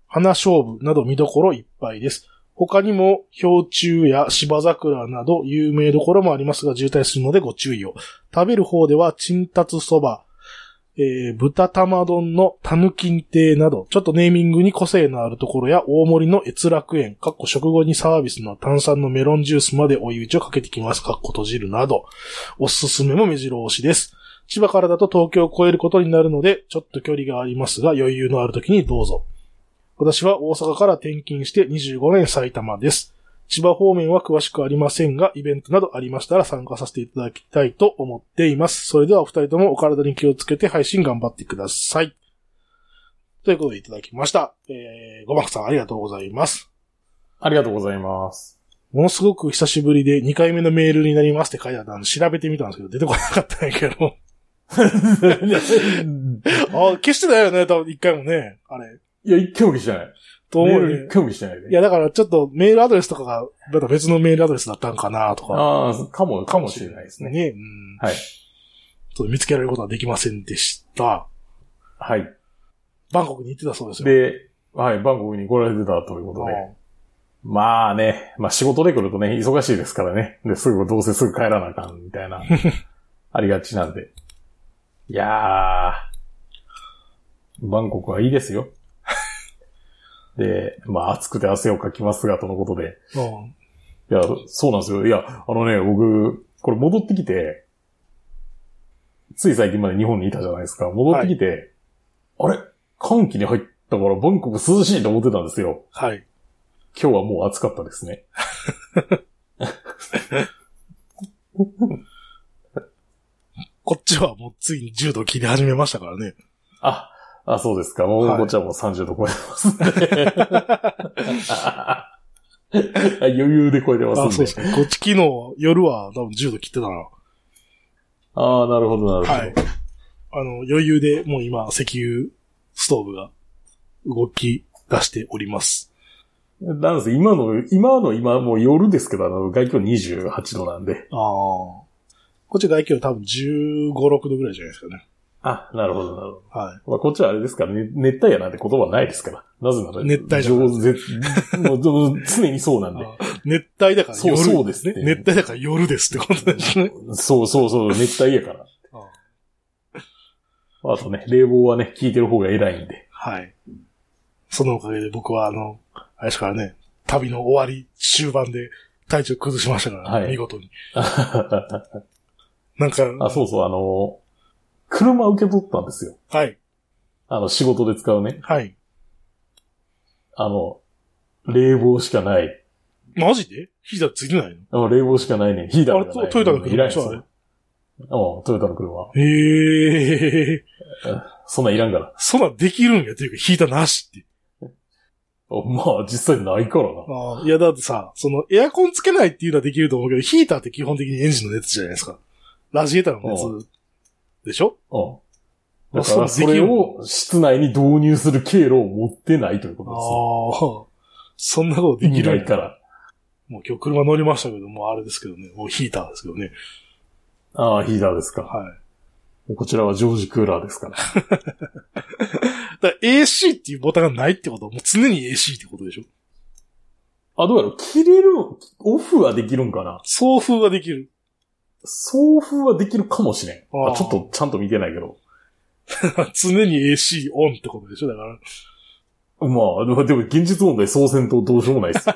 [SPEAKER 2] 花勝負など見どころいっぱいです。他にも、氷柱や芝桜など有名どころもありますが、渋滞するのでご注意を。食べる方では、陳達そば、えー、豚玉丼のたぬき亭など、ちょっとネーミングに個性のあるところや、大盛りの悦楽園、かっこ食後にサービスの炭酸のメロンジュースまで追い打ちをかけてきます、かっこ閉じるなど、おすすめも目白押しです。千葉からだと東京を越えることになるので、ちょっと距離がありますが、余裕のある時にどうぞ。私は大阪から転勤して25年埼玉です。千葉方面は詳しくありませんが、イベントなどありましたら参加させていただきたいと思っています。それではお二人ともお体に気をつけて配信頑張ってください。ということでいただきました。えー、ごまくさんありがとうございます。
[SPEAKER 1] ありがとうございます。
[SPEAKER 2] ものすごく久しぶりで2回目のメールになりますって書いてあったんで調べてみたんですけど出てこなかったんやけど。 あ、消してないよね、多分1回もね。あれ。
[SPEAKER 1] いや、一回も消してない。
[SPEAKER 2] と思うよ
[SPEAKER 1] メー
[SPEAKER 2] ね
[SPEAKER 1] ル一。回も消してないで。
[SPEAKER 2] いや、だからちょっとメールアドレスとかが、また別のメールアドレスだったんかなとか、
[SPEAKER 1] ああ、かも、かもしれないですね。
[SPEAKER 2] ね、うん。
[SPEAKER 1] はい。
[SPEAKER 2] ちょっと見つけられることはできませんでした。
[SPEAKER 1] はい。
[SPEAKER 2] バンコクに行ってたそうですよ。
[SPEAKER 1] で、はい、バンコクに来られてたということで。まあね、まあ仕事で来るとね、忙しいですからね。で、すぐ、どうせすぐ帰らなあかん、みたい な、ありがちなんで。いやー、バンコクはいい ですよ。で、まあ暑くて汗をかきますが、とのことで。
[SPEAKER 2] うんうん
[SPEAKER 1] いや、そうなんですよ。いや、あのね、僕、これ戻ってきて、つい最近まで日本にいたじゃないですか。戻ってきて、あれ寒気に入ったからバンコク涼しいと思ってたんですよ。
[SPEAKER 2] はい。
[SPEAKER 1] 今日はもう暑かったですね。
[SPEAKER 2] こっちはもうついに柔道切り始めましたからね。
[SPEAKER 1] あ、あ、そうですか。もう、
[SPEAKER 2] はい
[SPEAKER 1] こっちはもう30度超えてますね。 余裕で超えてますん
[SPEAKER 2] あ、
[SPEAKER 1] で。
[SPEAKER 2] そうですね。こっち昨日、夜は多分10度切ってたな。
[SPEAKER 1] ああ、なるほど、なるほど。
[SPEAKER 2] はい。あの、余裕でもう今、石油ストーブが動き出しております。
[SPEAKER 1] なんです今の、今の今、もう夜ですけど、あの、外気温28度なんで。
[SPEAKER 2] ああ。こっち外気温多分15、6度ぐらいじゃないですかね。
[SPEAKER 1] あ、なるほど、なるほど。
[SPEAKER 2] は
[SPEAKER 1] まあ、こっちはあれですから、ね、熱帯夜なんて言葉ないですから。なぜなら、
[SPEAKER 2] 熱帯夜
[SPEAKER 1] 上絶もうもう常にそうなんで。
[SPEAKER 2] い。熱帯だから
[SPEAKER 1] そう、
[SPEAKER 2] 夜。
[SPEAKER 1] そうですね。
[SPEAKER 2] 熱帯だから夜ですってことですね。
[SPEAKER 1] そうそうそう、熱帯夜から。
[SPEAKER 2] あ
[SPEAKER 1] あとね、冷房はね、効いてる方が偉いんで。
[SPEAKER 2] はい。そのおかげで僕はあの、あれですからね、旅の終わり、終盤で体調崩しましたから、
[SPEAKER 1] はい
[SPEAKER 2] 見事に。
[SPEAKER 1] あ、
[SPEAKER 2] なんか、
[SPEAKER 1] そうそう、あの、車受け取ったんですよ。
[SPEAKER 2] はい、
[SPEAKER 1] あの、仕事で使うね。
[SPEAKER 2] はい。
[SPEAKER 1] あの、冷房しかない。
[SPEAKER 2] マジでヒーターついてないの
[SPEAKER 1] あの冷房しかないね。ヒーターがない。
[SPEAKER 2] あれトトヨタの車
[SPEAKER 1] いらんやつ
[SPEAKER 2] そうだね
[SPEAKER 1] うん、トヨタの車。
[SPEAKER 2] へえ、
[SPEAKER 1] そんなんいらんから。
[SPEAKER 2] そんなんできるんやというか、ヒーターなしって。
[SPEAKER 1] あまあ、実際ないからな。
[SPEAKER 2] ああ、いやだってさ、そのエアコンつけないっていうのはできると思うけど、ヒーターって基本的にエンジンの熱じゃないですか。ラジエーターの熱でしょ
[SPEAKER 1] うん。
[SPEAKER 2] あ
[SPEAKER 1] だから、
[SPEAKER 2] そう
[SPEAKER 1] そ
[SPEAKER 2] でき
[SPEAKER 1] れ
[SPEAKER 2] る
[SPEAKER 1] を室内に導入する経路を持ってないというこ
[SPEAKER 2] あ
[SPEAKER 1] と
[SPEAKER 2] あ
[SPEAKER 1] です
[SPEAKER 2] ー、 そんなこと
[SPEAKER 1] ね。
[SPEAKER 2] できる
[SPEAKER 1] なんい
[SPEAKER 2] や
[SPEAKER 1] から。
[SPEAKER 2] もう今日車乗りましたけど、もうあれですけどね、もうヒーターですけどね。
[SPEAKER 1] ああ、ヒーターですか。
[SPEAKER 2] はい。
[SPEAKER 1] こちらはジョージクーラーですから。
[SPEAKER 2] だから AC っていうボタンがないってことは、もう常に AC ってことでしょ
[SPEAKER 1] あ、どうやろう切れる、オフはできるんかな
[SPEAKER 2] 送風ができる。
[SPEAKER 1] 送風はできるかもしれん。
[SPEAKER 2] あー
[SPEAKER 1] あちょっとちゃんと見てないけど。
[SPEAKER 2] 常に AC オンってことでしょだから。
[SPEAKER 1] まあ、でもでも現実問題総選とどうしようも ないです。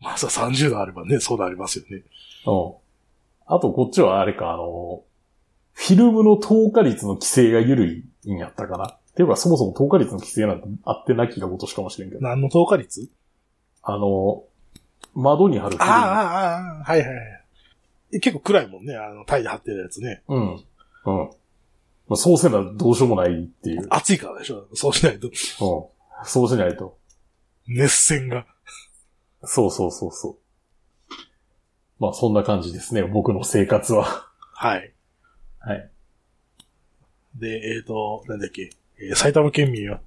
[SPEAKER 2] まあさ、30度あればね、そうなりますよね。
[SPEAKER 1] うん。あと、こっちはあれか、あの、フィルムの透過率の規制が緩いんやったかな。っていうか、そもそも透過率の規制なんてあってなきがことしかもしれんけど。
[SPEAKER 2] 何の透過率
[SPEAKER 1] あの、窓に貼るフィ
[SPEAKER 2] ああ、
[SPEAKER 1] ル
[SPEAKER 2] ああ、ああ、はいはいはい。え結構暗いもんね、あの、タイで貼ってるやつね。
[SPEAKER 1] ム。うん。うん。まあ、そうせなどうしようもないっていう。うん。
[SPEAKER 2] 暑いからでしょそうしないと。
[SPEAKER 1] そうしないと。
[SPEAKER 2] 熱線が。
[SPEAKER 1] そうそうそうそう。まあ、そんな感じですね、僕の生活は。
[SPEAKER 2] はい。
[SPEAKER 1] はい。
[SPEAKER 2] で、えっ、と、なんだっけ、えー埼玉県民は、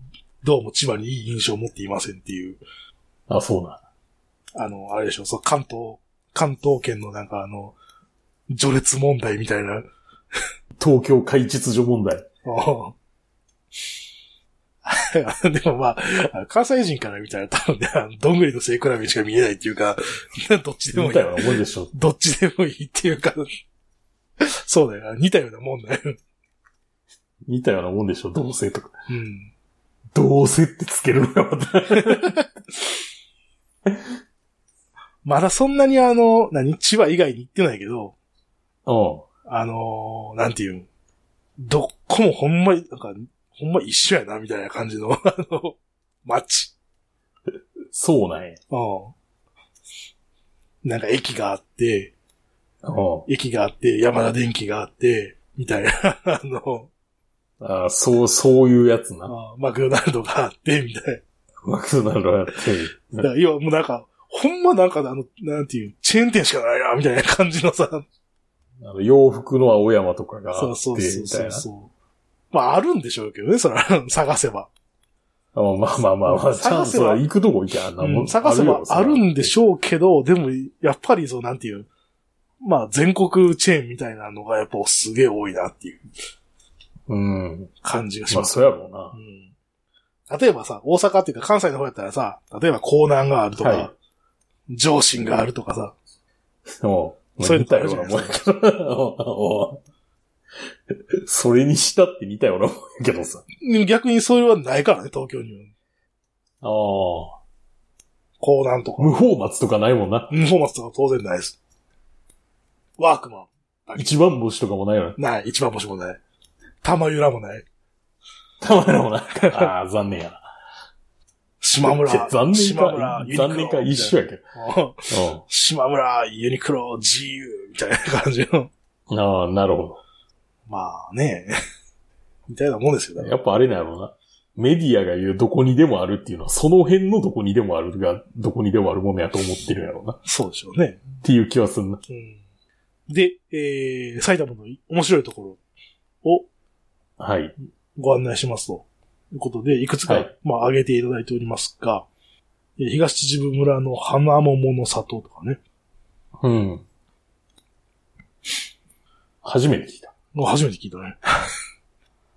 [SPEAKER 2] どうも千葉にいい印象を持っていませんっていう。
[SPEAKER 1] あ、そうな。
[SPEAKER 2] あの、あれでしょ、そう、関東、関東圏のなんかあの、序列問題みたいな。
[SPEAKER 1] 東京開秩序問題。
[SPEAKER 2] おうでもまあ、関西人から見たら多分ね、あのどんぐりの背比べしか見えないっていうか、どっちでもい
[SPEAKER 1] み
[SPEAKER 2] い
[SPEAKER 1] た。いなもんでしょ。
[SPEAKER 2] どっちでもいいっていうか、そうだよな、似たようなもんだよ。
[SPEAKER 1] 似たようなもんでしょ、どうせとか。
[SPEAKER 2] うん。
[SPEAKER 1] どうせってつけるのがまた。
[SPEAKER 2] まだそんなにあの、何、千葉以外に行ってないけど、
[SPEAKER 1] うん。
[SPEAKER 2] あのーなんていうん、どっこもほんまに、なんか、ほんま一緒やな、みたいな感じの、あ の、街。
[SPEAKER 1] そうなんや。
[SPEAKER 2] うん。なんか駅があって、
[SPEAKER 1] うん。
[SPEAKER 2] 駅があって、山田電機があって、みたいな、 あの、
[SPEAKER 1] あそう、そういうやつ な。
[SPEAKER 2] あマクドナルドがあって、みたい
[SPEAKER 1] マクドナルドやって。
[SPEAKER 2] な。だから要はもうなんか、ほんまなんかあの、なんていう、チェーン店しかないな、みたいな感じのさ、
[SPEAKER 1] あの洋服の青山とかが
[SPEAKER 2] そ
[SPEAKER 1] あ
[SPEAKER 2] う
[SPEAKER 1] って、
[SPEAKER 2] そうそう
[SPEAKER 1] みた
[SPEAKER 2] そ
[SPEAKER 1] いうな。
[SPEAKER 2] そう。まあ、あるんでしょうけどね、それは探せば。
[SPEAKER 1] あまあまあまあま
[SPEAKER 2] うん
[SPEAKER 1] あ、チャンスは行くとこ行きゃあんなも。
[SPEAKER 2] うんん探せばあるんで
[SPEAKER 1] ょ。
[SPEAKER 2] しょうけど、でも、やっぱりそう、なんていう、まあ、全国チェーンみたいなのがやっぱすげえ多いなっていう
[SPEAKER 1] うん。
[SPEAKER 2] 感じがし
[SPEAKER 1] ま
[SPEAKER 2] ま
[SPEAKER 1] あ、
[SPEAKER 2] す。
[SPEAKER 1] そうやろうな
[SPEAKER 2] う。ん例えばさ、大阪っていうか関西の方やったらさ、例えば港南があるとか、
[SPEAKER 1] は
[SPEAKER 2] 上信があるとかさ、
[SPEAKER 1] うん。
[SPEAKER 2] そういう
[SPEAKER 1] 似た
[SPEAKER 2] とこあ
[SPEAKER 1] よ
[SPEAKER 2] る
[SPEAKER 1] う
[SPEAKER 2] じゃ
[SPEAKER 1] な
[SPEAKER 2] ない
[SPEAKER 1] もん
[SPEAKER 2] で
[SPEAKER 1] やけど。 うんそれにしたって似たようなもんやけどさ。
[SPEAKER 2] でも逆にそれはないからね、東京には。
[SPEAKER 1] ああ。
[SPEAKER 2] 港南とか、
[SPEAKER 1] 無法松とかないもんな。
[SPEAKER 2] 無法松とか当然ないです。ワークマン、
[SPEAKER 1] 一番星とかもないよね。
[SPEAKER 2] ない、一番星もない。玉浦もない。
[SPEAKER 1] たまらんもんな。 ああ、残念やな。
[SPEAKER 2] 島村
[SPEAKER 1] いや、残念
[SPEAKER 2] 島村
[SPEAKER 1] か、、
[SPEAKER 2] ユニクロ
[SPEAKER 1] 残念か、一緒やけ
[SPEAKER 2] うん
[SPEAKER 1] ど。
[SPEAKER 2] 島村、ユニクロ、自由、みたいな感じの。
[SPEAKER 1] うん。ああ、なるほど。
[SPEAKER 2] まあね。 みたいなもんですよ。だから
[SPEAKER 1] やっぱあれなんやろうな。メディアが言うどこにでもあるっていうのは、その辺のどこにでもあるが、どこにでもあるものやと思ってるんやろうな。っ
[SPEAKER 2] そうでしょうね。
[SPEAKER 1] ていう気はすんな。
[SPEAKER 2] うん、で、えー、埼玉の面白いところを
[SPEAKER 1] はい。
[SPEAKER 2] ご案内しますと。いうことで、いくつか、
[SPEAKER 1] はい
[SPEAKER 2] まあ、挙げていただいておりますが、えー東秩父村の花桃の里とかね、
[SPEAKER 1] うん。初めて聞いた。
[SPEAKER 2] もう初めて聞いたね。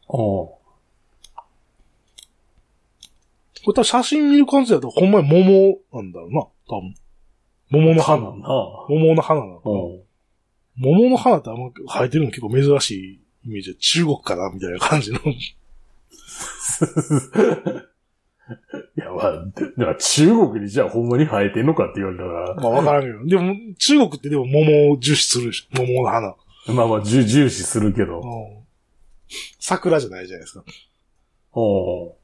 [SPEAKER 1] おう
[SPEAKER 2] これ多分写真見る感じだと、ほんまに桃なんだろうな、多分。桃の花。
[SPEAKER 1] なあ。
[SPEAKER 2] 桃の花なの。
[SPEAKER 1] おう
[SPEAKER 2] 桃の花ってあんま生えてるの結構珍しいイメージで、中国かなみたいな感じの。
[SPEAKER 1] いや、まあ、でだから中国にじゃあほんまに生えてんのかって言われたら、
[SPEAKER 2] まあわからんけど。でも、中国ってでも桃を重視するでしょ。桃の花。
[SPEAKER 1] まあまあ、じゅ重視するけど。
[SPEAKER 2] うん桜じゃないじゃないですか。
[SPEAKER 1] おう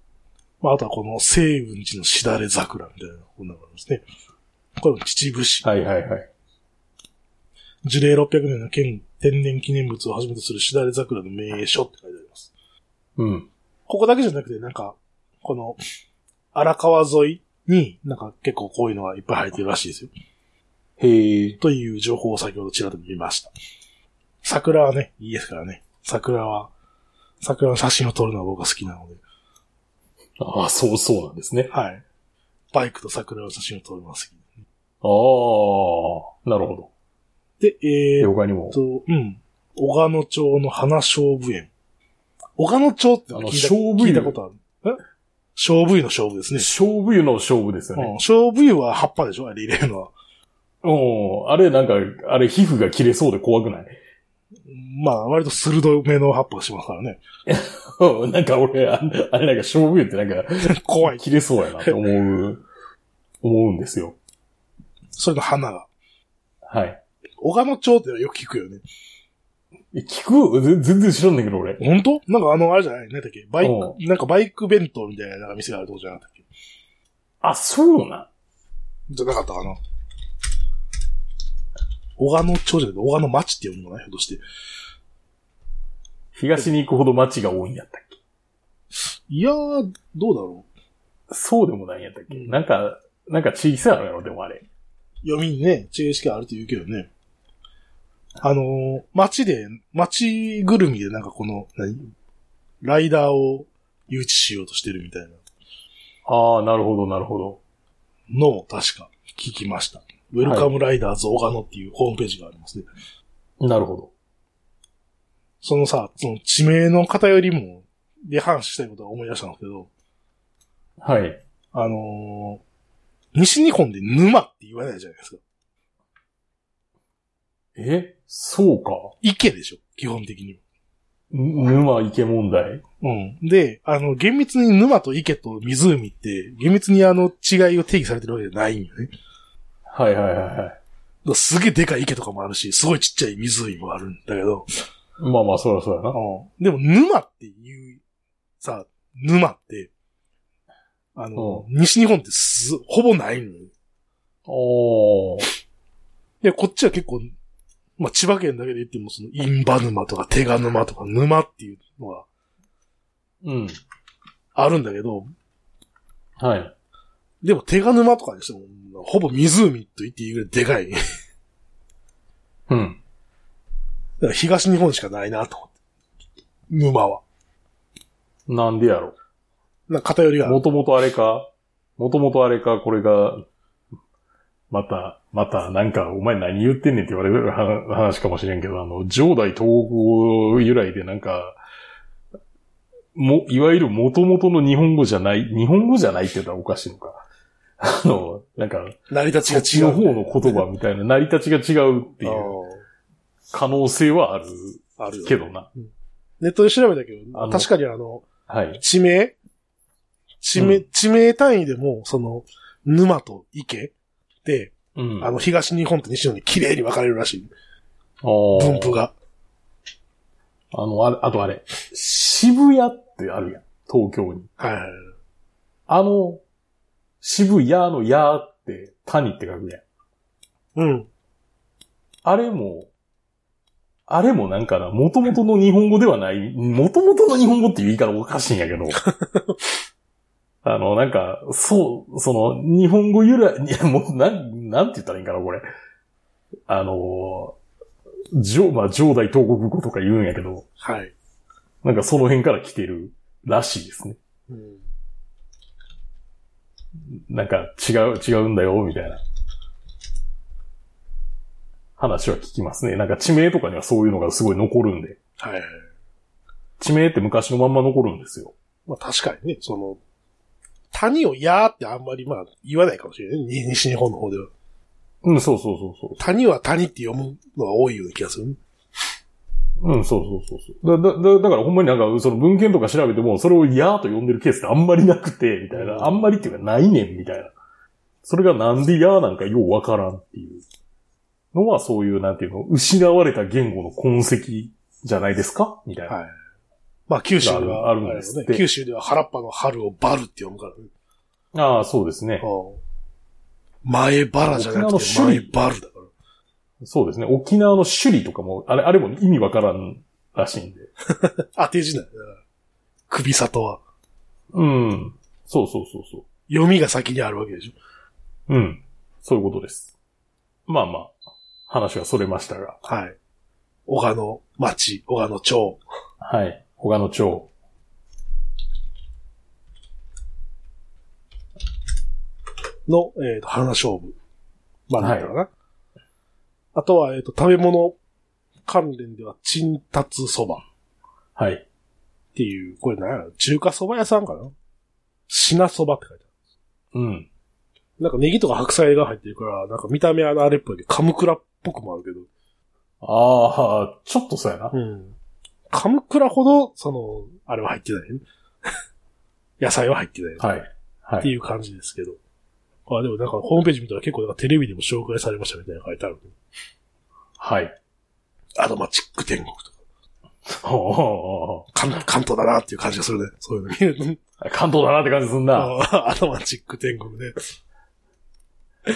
[SPEAKER 2] まあ、あとはこの西雲寺のしだれ桜みたいなこんなのがありますね。これも秩父市。
[SPEAKER 1] はいはいはい。
[SPEAKER 2] 樹齢600年の県天然記念物をはじめとするしだれ桜の名所って書いてあります。
[SPEAKER 1] うん。
[SPEAKER 2] ここだけじゃなくて、なんか、この、荒川沿いに、なんか結構こういうのがいっぱい生えてるらしいですよ。
[SPEAKER 1] へえ。
[SPEAKER 2] という情報を先ほどちらっと見ました。桜はね、いいですからね。桜は、桜の写真を撮るのは僕は好きなので。
[SPEAKER 1] ああ、そうそうなんですね。
[SPEAKER 2] はい。バイクと桜の写真を撮るのは好き。
[SPEAKER 1] ああ、なるほど。
[SPEAKER 2] で、えー、
[SPEAKER 1] で他にも
[SPEAKER 2] えっ。と、うん。小鹿野町の花勝負園。小鹿野町ってのは聞いた
[SPEAKER 1] あの勝負湯
[SPEAKER 2] 聞いたことある。え勝負湯の勝負ですね。
[SPEAKER 1] 勝負湯の勝負ですよ
[SPEAKER 2] うん
[SPEAKER 1] ね。
[SPEAKER 2] 勝負湯は葉っぱでしょあれ入れるのは。
[SPEAKER 1] うん。あれなんか、あれ皮膚が切れそうで怖くない
[SPEAKER 2] まあ、割と鋭めの葉っぱしますからね。
[SPEAKER 1] うんなんか俺、ああれなんか勝負湯ってなんか
[SPEAKER 2] 怖い。
[SPEAKER 1] 切れそうやなって思 う、思うんですよ。
[SPEAKER 2] それの花が。
[SPEAKER 1] はい。
[SPEAKER 2] 小鹿野町ってのはよく聞くよね。
[SPEAKER 1] え聞くぜ全然知らんねんけど俺。
[SPEAKER 2] 本当なんかあの、あれじゃないなんだっけバイ
[SPEAKER 1] う
[SPEAKER 2] ク、なんかバイク弁当みたいななんか店があるとこじゃなかったっけ
[SPEAKER 1] あ、そうなん。
[SPEAKER 2] じゃなかったかな。小鹿野町じゃなくて、小鹿野町って読むのかなひょっとして。
[SPEAKER 1] 東に行くほど街が多いんやったっけ
[SPEAKER 2] いやー、どうだろう。
[SPEAKER 1] そうでもないんやったっけ
[SPEAKER 2] うん
[SPEAKER 1] なんか、なんか地域差あるやろ、でもあれ。
[SPEAKER 2] 読みにね、知識あると言うけどね。あのー、街で、街ぐるみでなんかこの、何ライダーを誘致しようとしてるみたいな
[SPEAKER 1] ああ、なるほど、なるほど。
[SPEAKER 2] のを確か聞きました。ウェルカムライダーズオガノっていうホームページがありますね。
[SPEAKER 1] なるほど。
[SPEAKER 2] そのさ、その地名の偏りも、で話したいことは思い出したんですけど、
[SPEAKER 1] はい。
[SPEAKER 2] あのー、西日本で沼って言わないじゃないですか。
[SPEAKER 1] えそうか。
[SPEAKER 2] 池でしょ基本的に
[SPEAKER 1] ぬ沼池問題。
[SPEAKER 2] は。うん。で、あの、厳密に沼と池と湖って、厳密にあの違いを定義されてるわけじゃないんよね。だか
[SPEAKER 1] はいはいはいはい。
[SPEAKER 2] らすげえでかい池とかもあるし、すごいちっちゃい湖もあるんだけど、
[SPEAKER 1] まあまあ、そりゃそうやな。
[SPEAKER 2] でも沼っていう、さ、沼って、あの、西日本ってす、ほぼないのよ。
[SPEAKER 1] おー。
[SPEAKER 2] で、こっちは結構、まあ、千葉県だけで言っても、その、インバ沼とか、手賀沼とか、沼っていうのが
[SPEAKER 1] うん。
[SPEAKER 2] あるんだけど、
[SPEAKER 1] はい。
[SPEAKER 2] でも、手賀沼とかにしても、ほぼ湖と言っていいぐらいでかい。 だか
[SPEAKER 1] うん。
[SPEAKER 2] ら東日本しかないなと思って。沼は。
[SPEAKER 1] なんでやろ。
[SPEAKER 2] なんか偏りがある
[SPEAKER 1] もともとあれか、もともとあれか、これが、また、また、なんか、お前何言ってんねんって言われる話話かもしれんけど、あの、上代東語由来でなんか、も、いわゆる元々の日本語じゃない、日本語じゃないって言ったらおかしいのか。あの、なんか、
[SPEAKER 2] 成り
[SPEAKER 1] そっち
[SPEAKER 2] 立ちが違
[SPEAKER 1] の
[SPEAKER 2] う。
[SPEAKER 1] 方の言葉みたいな、成り立ちが違うっていう可能性はある
[SPEAKER 2] あーあるよ
[SPEAKER 1] けどな。
[SPEAKER 2] ネットで調べたけ
[SPEAKER 1] あ
[SPEAKER 2] ど、
[SPEAKER 1] の
[SPEAKER 2] 確かにあの、
[SPEAKER 1] はい。
[SPEAKER 2] 地名地名、
[SPEAKER 1] う
[SPEAKER 2] 地名単位でも、その、沼と池で、
[SPEAKER 1] うん。
[SPEAKER 2] あの、東日本と西日本に綺麗に分かれるらしい。
[SPEAKER 1] おー
[SPEAKER 2] 分布が。
[SPEAKER 1] あの、あれあとあれ、渋谷ってあるやん、東京に。
[SPEAKER 2] はいはいはい。
[SPEAKER 1] あの、渋谷のやーって谷って書くやん。
[SPEAKER 2] うん。
[SPEAKER 1] あれも、あれもなんかな、元々の日本語ではない、元々の日本語っていう言い方おかしいんやけど。あの、なんか、そう、その、日本語由来、いや、もう、なん、なんて言ったらいいんかな、これ。あの、上、まあ、上代東国語とか言うんやけど、
[SPEAKER 2] はい。
[SPEAKER 1] なんかその辺から来てるらしいですね。
[SPEAKER 2] うん
[SPEAKER 1] なんか違う、違うんだよ、みたいな。話は聞きますね。なんか地名とかにはそういうのがすごい残るんで。
[SPEAKER 2] はい。
[SPEAKER 1] 地名って昔のまんま残るんですよ。
[SPEAKER 2] まあ確かにね、その、谷をやーってあんまりまあ言わないかもしれないね。西日本の方では。
[SPEAKER 1] うん、そうそうそうそ
[SPEAKER 2] 谷は谷って読むのが多いような気がするね。
[SPEAKER 1] う。うん、そうそうそうそう。だ、だ、だだからほんまになんか、その文献とか調べても、それをやーと呼んでるケースってあんまりなくて、みたいな。あんまりっていうかないねん、みたいな。それがなんでやーなんかようわからんっていうのは、そういう、なんていうの、失われた言語の痕跡じゃないですかみたいな。
[SPEAKER 2] はい。まあ九州では、
[SPEAKER 1] あるあるんですって
[SPEAKER 2] あれよね九州では原っぱの春をバルって読むからね。
[SPEAKER 1] ああ、そうですね。
[SPEAKER 2] 前バラじゃなくて
[SPEAKER 1] 沖縄の
[SPEAKER 2] 前
[SPEAKER 1] 首
[SPEAKER 2] バルだから。
[SPEAKER 1] そうですね。沖縄の首里とかも、あれ、あれも意味わからんらしいんで。
[SPEAKER 2] 当て字なんだよな。首里は。
[SPEAKER 1] うん。そうそうそうそ
[SPEAKER 2] 読みが先にあるわけでしょ。
[SPEAKER 1] う。うん。そういうことです。まあまあ、話はそれましたが。
[SPEAKER 2] はい。小賀の町、小賀の町。
[SPEAKER 1] はい。小賀野町。
[SPEAKER 2] の、えっ、と、花勝負。まあ、なんだろうな。あとは、えっ、と、食べ物関連では、陳達そば
[SPEAKER 1] はい。
[SPEAKER 2] っていう、これ何やろ中華そば屋さんかな品そばって書いてあ
[SPEAKER 1] うん。
[SPEAKER 2] る。なんかネギとか白菜が入ってるから、なんか見た目はあれっぽいけど、カムクラっぽくもあるけど。
[SPEAKER 1] ああ、ちょっとそうやな。
[SPEAKER 2] うん。カムクラほど、その、あれは入ってないね。 野菜は入ってないね。
[SPEAKER 1] はい。は
[SPEAKER 2] って
[SPEAKER 1] い。
[SPEAKER 2] いう感じですけど。あ、でもなんかホームページ見たら結構なんかテレビでも紹介されましたみたいなの書いてある。
[SPEAKER 1] はい。
[SPEAKER 2] アドマチック天国とか、
[SPEAKER 1] おお
[SPEAKER 2] 関関東だなっていう感じがするね。そういうの見 ると。
[SPEAKER 1] 関東だなって感じすんな。
[SPEAKER 2] あアドマチック天国ね。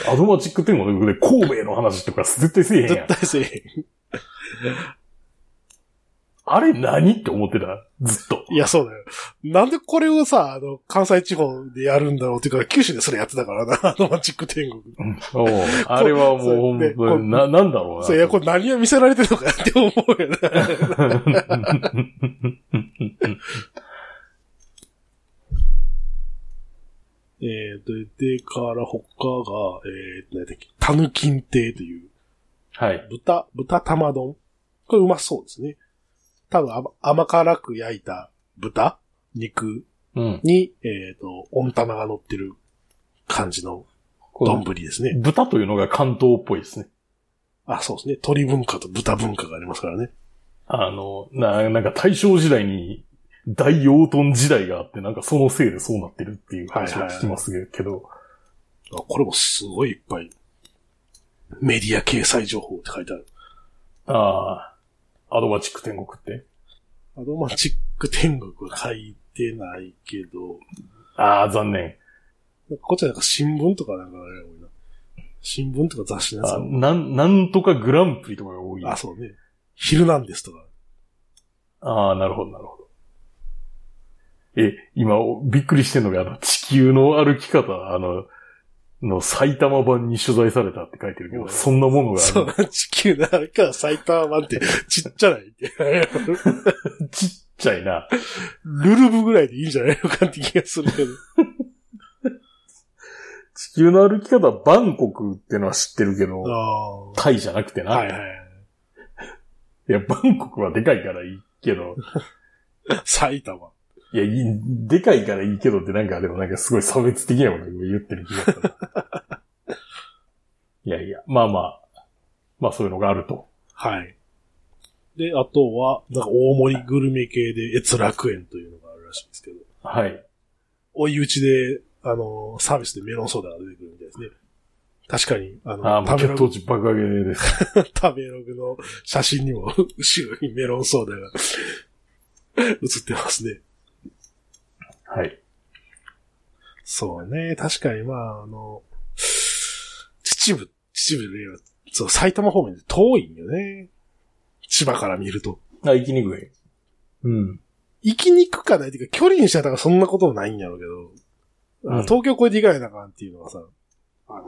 [SPEAKER 1] アドマチック天国で神戸の話とか絶対せえへんや
[SPEAKER 2] 絶
[SPEAKER 1] ん。
[SPEAKER 2] 対せえ
[SPEAKER 1] あれ何って思ってた。ずっと。
[SPEAKER 2] へん。いや、そうだよ。なんでこれをさ、あの、関西地方でやるんだろうっていうか、九州でそれやってたからな、ア ドマチック天国。
[SPEAKER 1] おうあれはもうほん
[SPEAKER 2] そうで
[SPEAKER 1] まにな、なんだろうな。
[SPEAKER 2] そういや、 これ何を見せられてるのかって思うよね。 えーと、で、から他が、えーと、何だっけ、タヌキン亭という、
[SPEAKER 1] はい。
[SPEAKER 2] 豚、豚玉丼。これうまそうですね。多分甘甘辛く焼いた豚肉
[SPEAKER 1] うん。
[SPEAKER 2] に、えっ、と、温玉が乗ってる感じの
[SPEAKER 1] この
[SPEAKER 2] 丼ですね。
[SPEAKER 1] 豚というのが関東っぽいですね。
[SPEAKER 2] あ、そうですね。鳥文化と豚文化がありますからね。
[SPEAKER 1] あの、な、なんか大正時代に大養豚時代があって、なんかそのせいでそうなってるっていう話を聞きますけど、
[SPEAKER 2] あこれもすごいいっぱい。メディア掲載情報って書いてある。
[SPEAKER 1] ああ、アドバチック天国って。
[SPEAKER 2] アドマチック天国は書いてないけど、
[SPEAKER 1] ああ、残念。
[SPEAKER 2] なんかこっちはなんか新聞とかなんかあれが多いな。新聞とか雑誌のやつ
[SPEAKER 1] あ
[SPEAKER 2] が
[SPEAKER 1] なん、なんとかグランプリとかが多い。
[SPEAKER 2] あ、そうね。ヒルナンデスとか。
[SPEAKER 1] ああ、なるほど、なるほど。え、今、おびっくりしてんのが、あの、地球の歩き方、あの、の埼玉版に取材されたって書いてるけ
[SPEAKER 2] う
[SPEAKER 1] ど、
[SPEAKER 2] ん
[SPEAKER 1] そんなものが
[SPEAKER 2] そ
[SPEAKER 1] あ
[SPEAKER 2] う、地球の歩き方埼玉版ってちっちゃないって。
[SPEAKER 1] る、ちっちゃいな。
[SPEAKER 2] ルルブぐらいでいいんじゃないのかって気がするけど。
[SPEAKER 1] 地球の歩き方、バンコクってのは知ってるけど、
[SPEAKER 2] あ
[SPEAKER 1] タイじゃなくてな。
[SPEAKER 2] あ。はいはい。
[SPEAKER 1] いや、バンコクはでかいからいいけど、
[SPEAKER 2] 埼玉。
[SPEAKER 1] いや、いいでかいからいいけどってなんか、でもなんかすごい差別的なことを言ってる気 がする。いやいや、まあまあ、まあそういうのがあると。
[SPEAKER 2] はい。で、あとは、なんか大盛りグルメ系で越楽園というのがあるらしいんですけど。
[SPEAKER 1] はい。
[SPEAKER 2] 追い打ちで、あの、サービスでメロンソーダが出てくるみたいですね。確かに、あ
[SPEAKER 1] ああ、
[SPEAKER 2] の、
[SPEAKER 1] もう
[SPEAKER 2] 食べ
[SPEAKER 1] 血
[SPEAKER 2] ログ
[SPEAKER 1] 糖、値爆上げです。
[SPEAKER 2] 食べログの写真にも、 後ろにメロンソーダが 写ってますね。
[SPEAKER 1] はい。
[SPEAKER 2] そうね。確かに、まあ、あの、秩父、秩父で言えば、そう、埼玉方面で遠いんよね。芝から見ると。
[SPEAKER 1] あ、行きにくい。うん。
[SPEAKER 2] 行きにくかないっていうか、距離にしたらそんなこともないんやろうけど、あ
[SPEAKER 1] うん
[SPEAKER 2] 東京越えていかないなあかんっていうのはさ、あの、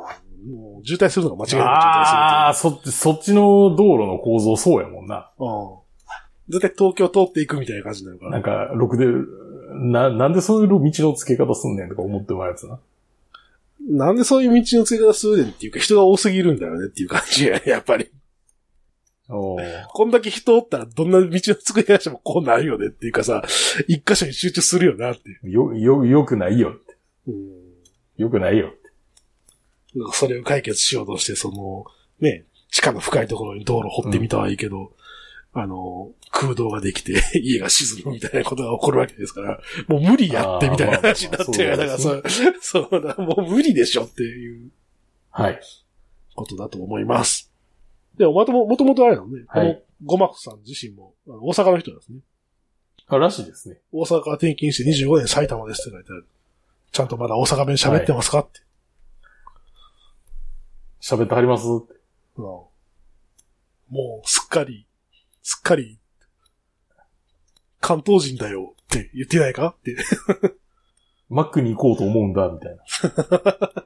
[SPEAKER 2] もう渋滞するのが間違いなく渋滞する
[SPEAKER 1] ああ、そっち、そっちの道路の構造そうやもんな。
[SPEAKER 2] という。うん。絶対東京通っていくみたいな感じになるから。
[SPEAKER 1] なんか、ろくで、な、なんでそういう道の付け方すんねんとか思ってまうやつな。
[SPEAKER 2] なんでそういう道の付け方するねんっていうか、人が多すぎるんだよね っていう感じや、やっぱり。
[SPEAKER 1] おー
[SPEAKER 2] こんだけ人おったら、どんな道の作り出してもこうなるよねっていうかさ、一箇所に集中するよなっていう。
[SPEAKER 1] よ、よ、よくないよ。
[SPEAKER 2] うん。
[SPEAKER 1] よくないよ。
[SPEAKER 2] なん かそれを解決しようとして、その、ね、地下の深いところに道路掘ってみたはいいけど、あの、空洞ができて、 家が沈むみたいなことが起こるわけですから、もう無理やってみたいな話になってる
[SPEAKER 1] あ
[SPEAKER 2] か
[SPEAKER 1] ーまあま
[SPEAKER 2] ら、だ
[SPEAKER 1] あ
[SPEAKER 2] からそう、そうだ、もう無理でしょっていう
[SPEAKER 1] はい。
[SPEAKER 2] ことだと思います。でも、まとも、もともとあれなのね、
[SPEAKER 1] はい
[SPEAKER 2] このゴマフさん自身も、あの大阪の人なんですね。
[SPEAKER 1] あ、らしいですね。
[SPEAKER 2] 大阪から転勤して25年埼玉ですって書いてある。ちゃんとまだ大阪弁喋ってますかって。
[SPEAKER 1] 喋ってはります
[SPEAKER 2] うんもう、すっかり、すっかり、関東人だよって言ってないかって。
[SPEAKER 1] マックに行こうと思うんだ、みたいな。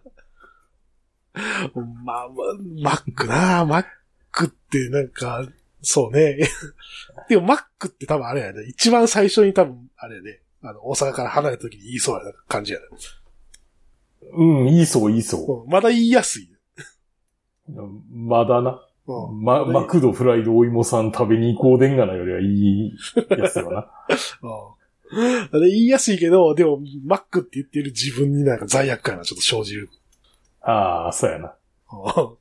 [SPEAKER 2] まあ、まマックなマックってなんか、そうね。 でもマックって多分あれやね。一番最初に多分、あれやね。あの、大阪から離れた時に言いそうやな感じやね。
[SPEAKER 1] うん、いいそう、いいそ
[SPEAKER 2] うんまだ言いやすい。
[SPEAKER 1] う。まだな。
[SPEAKER 2] うん
[SPEAKER 1] ま、マクドフライドお芋さん食べに行こうでんがなよりはいいやつよ な。
[SPEAKER 2] うん。で言いやすいけど、でも、マックって言ってる自分になんか罪悪感がちょっと生じる。
[SPEAKER 1] ああ、そうやな。
[SPEAKER 2] うん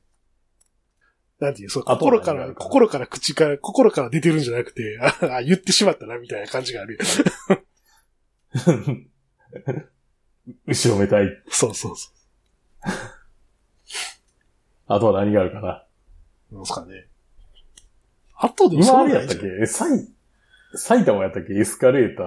[SPEAKER 2] なんていう、そう、
[SPEAKER 1] あとは
[SPEAKER 2] 心か
[SPEAKER 1] 何がある
[SPEAKER 2] ら、
[SPEAKER 1] かな
[SPEAKER 2] 心から口から、心から出てるんじゃなくて、 あ、あ言ってしまったな、みたいな感じ があるよ。
[SPEAKER 1] 後ろめたい。
[SPEAKER 2] そうそうそ
[SPEAKER 1] あとは何があるかな。
[SPEAKER 2] う。なんですかね。あとでも
[SPEAKER 1] 今
[SPEAKER 2] そ
[SPEAKER 1] あ
[SPEAKER 2] う
[SPEAKER 1] れ
[SPEAKER 2] な
[SPEAKER 1] や
[SPEAKER 2] ん
[SPEAKER 1] っ
[SPEAKER 2] じ
[SPEAKER 1] た
[SPEAKER 2] ゃ
[SPEAKER 1] っ
[SPEAKER 2] ん
[SPEAKER 1] けえ埼、埼玉やったっけエスカレーター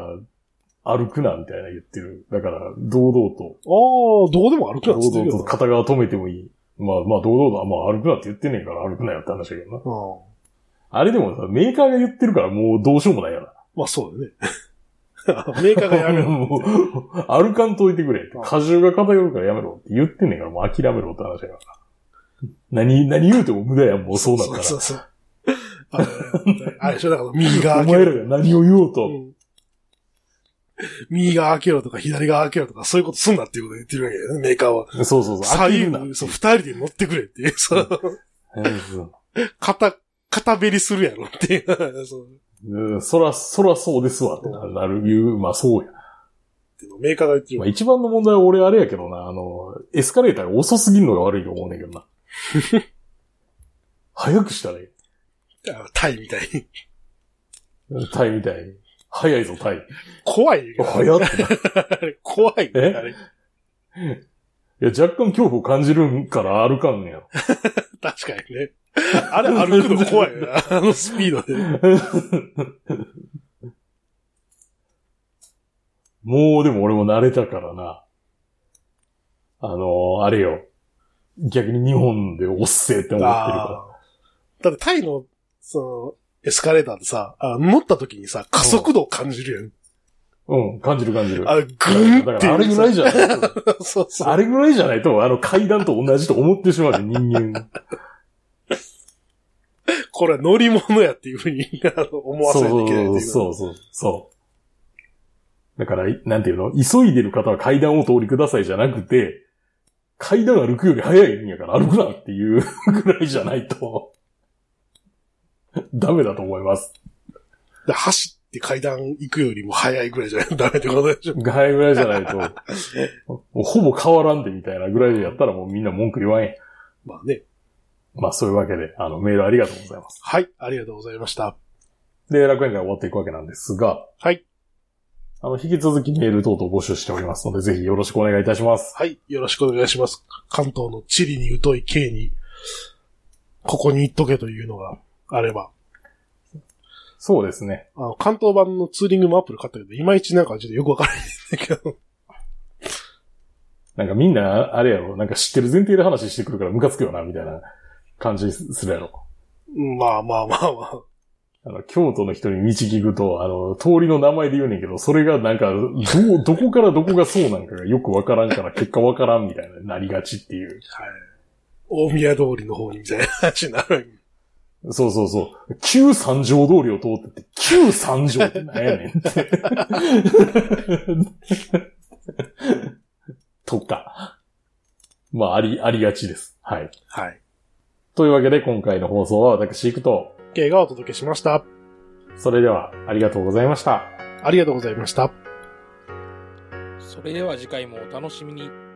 [SPEAKER 1] 歩くな、みたいな言ってる。だから、堂々と。
[SPEAKER 2] ああ、どこでも歩くなっつ
[SPEAKER 1] 堂
[SPEAKER 2] ってる
[SPEAKER 1] 々と
[SPEAKER 2] よな。
[SPEAKER 1] 片側止めてもいい。まあまあ、堂々と、まあ歩くなって言ってんねえから歩くなよって話だけどな。
[SPEAKER 2] う
[SPEAKER 1] あれでもさ、メーカーが言ってるからもうどうしようもないよな。
[SPEAKER 2] ん。まあそうだよね。 メーカーがやめろ。
[SPEAKER 1] もう歩かんといてくれって
[SPEAKER 2] うん。
[SPEAKER 1] 荷重が偏るからやめろって言ってんねんからもう諦めろって話だから。何、何言うても無駄やん、も うそうなっ
[SPEAKER 2] そう
[SPEAKER 1] た
[SPEAKER 2] そうそう。あのあれでしょ、だから右側
[SPEAKER 1] ら。お
[SPEAKER 2] 開け
[SPEAKER 1] 前
[SPEAKER 2] ろ
[SPEAKER 1] らが何を言おうと。
[SPEAKER 2] うん右側開けろとか左側開けろとか、そういうことすんなっていうことを言ってるわけだよね、メーカーは。
[SPEAKER 1] そうそうそう、飽き
[SPEAKER 2] 左
[SPEAKER 1] るな。
[SPEAKER 2] 右、そう、二人で乗ってくれっていう、そう。
[SPEAKER 1] うん
[SPEAKER 2] 片、片べりするやろっていう。 そう
[SPEAKER 1] うんそら、そらそうですわってななるいう、まあそうや。
[SPEAKER 2] メーカーが言ってる
[SPEAKER 1] ま
[SPEAKER 2] わ
[SPEAKER 1] あ一番の問題は俺あれやけどな、あの、エスカレーターが遅すぎるのが悪いと思うねんけ どな。早くしたらいい。
[SPEAKER 2] あのタイみたいに。
[SPEAKER 1] タイみたいに。早いぞ、タイ。
[SPEAKER 2] 怖いよ。
[SPEAKER 1] 早っってな。
[SPEAKER 2] あれ怖いよ。
[SPEAKER 1] え
[SPEAKER 2] あれ
[SPEAKER 1] いや、若干恐怖を感じるんから歩かんねやろ。
[SPEAKER 2] 確かにね。あれ歩くの怖いよな。 あのスピードで。
[SPEAKER 1] もうでも俺も慣れたからな。あのあれよ。逆に日本でおっせえって思ってるか
[SPEAKER 2] あーだってタイの、その、エスカレーターってさ、あ乗った時にさ、加速度を感じる
[SPEAKER 1] ら。うん、感じる感じ
[SPEAKER 2] や
[SPEAKER 1] る。
[SPEAKER 2] ん。あ、
[SPEAKER 1] だ
[SPEAKER 2] れグーン
[SPEAKER 1] か
[SPEAKER 2] って。
[SPEAKER 1] らあれぐらいじゃないと、
[SPEAKER 2] そうそう。
[SPEAKER 1] あれぐらいじゃないと、あの階段と同じと思ってし まうね、人間。
[SPEAKER 2] これは乗り物やっていうふうにあの思わせないといけないっていう。
[SPEAKER 1] そうそうそうそう。だから、いなんていうの急いでる方は階段をお通りくださいじゃなくて、階段歩くより早いんやから歩くなっていう ぐらいじゃないと、ダメだと思います。
[SPEAKER 2] で走って階段行くよりも早いぐらいじゃ ないとダメってことでしょ。
[SPEAKER 1] 早いぐらいじゃないと、もうほぼ変わらんでみたいなぐらいでやったらもうみんな文句言わへん。
[SPEAKER 2] まあね。
[SPEAKER 1] まあそういうわけで、あのメールありがとうございます。
[SPEAKER 2] はい、ありがとうございました。
[SPEAKER 1] で、楽園会終わっていくわけなんですが、
[SPEAKER 2] はい。
[SPEAKER 1] あの、引き続きメール等々募集しておりますので、ぜひよろしくお願いいたします。
[SPEAKER 2] はい。よろしくお願いします。関東の地理に疎い K に、ここに行っとけというのがあれば。
[SPEAKER 1] そうですね。
[SPEAKER 2] あの、関東版のツーリングマップル買ったけど、いまいちなんかちょっとよくわからないんだけど。
[SPEAKER 1] なんかみんな、あれやろ、なんか知ってる前提で話してくるからムカつくよな、みたいな感じするやろ。
[SPEAKER 2] まあまあまあまあ。
[SPEAKER 1] あの、京都の人に道聞くと、あの、通りの名前で言うねんけど、それがなんか、どう、どこからどこがそうなんかがよくわからんから、結果わからんみたいな、なりがちっていう。
[SPEAKER 2] 大宮通りの方にみたいな話になる。
[SPEAKER 1] そうそうそう。旧三条通りを通ってて、旧三条って何やねんって。とか。まあ、あり、ありがちです。はい。
[SPEAKER 2] はい。
[SPEAKER 1] というわけで、今回の放送は私行くと、
[SPEAKER 2] K がお届けしました。
[SPEAKER 1] それでは、ありがとうございました。
[SPEAKER 2] ありがとうございました。
[SPEAKER 3] それでは次回もお楽しみに。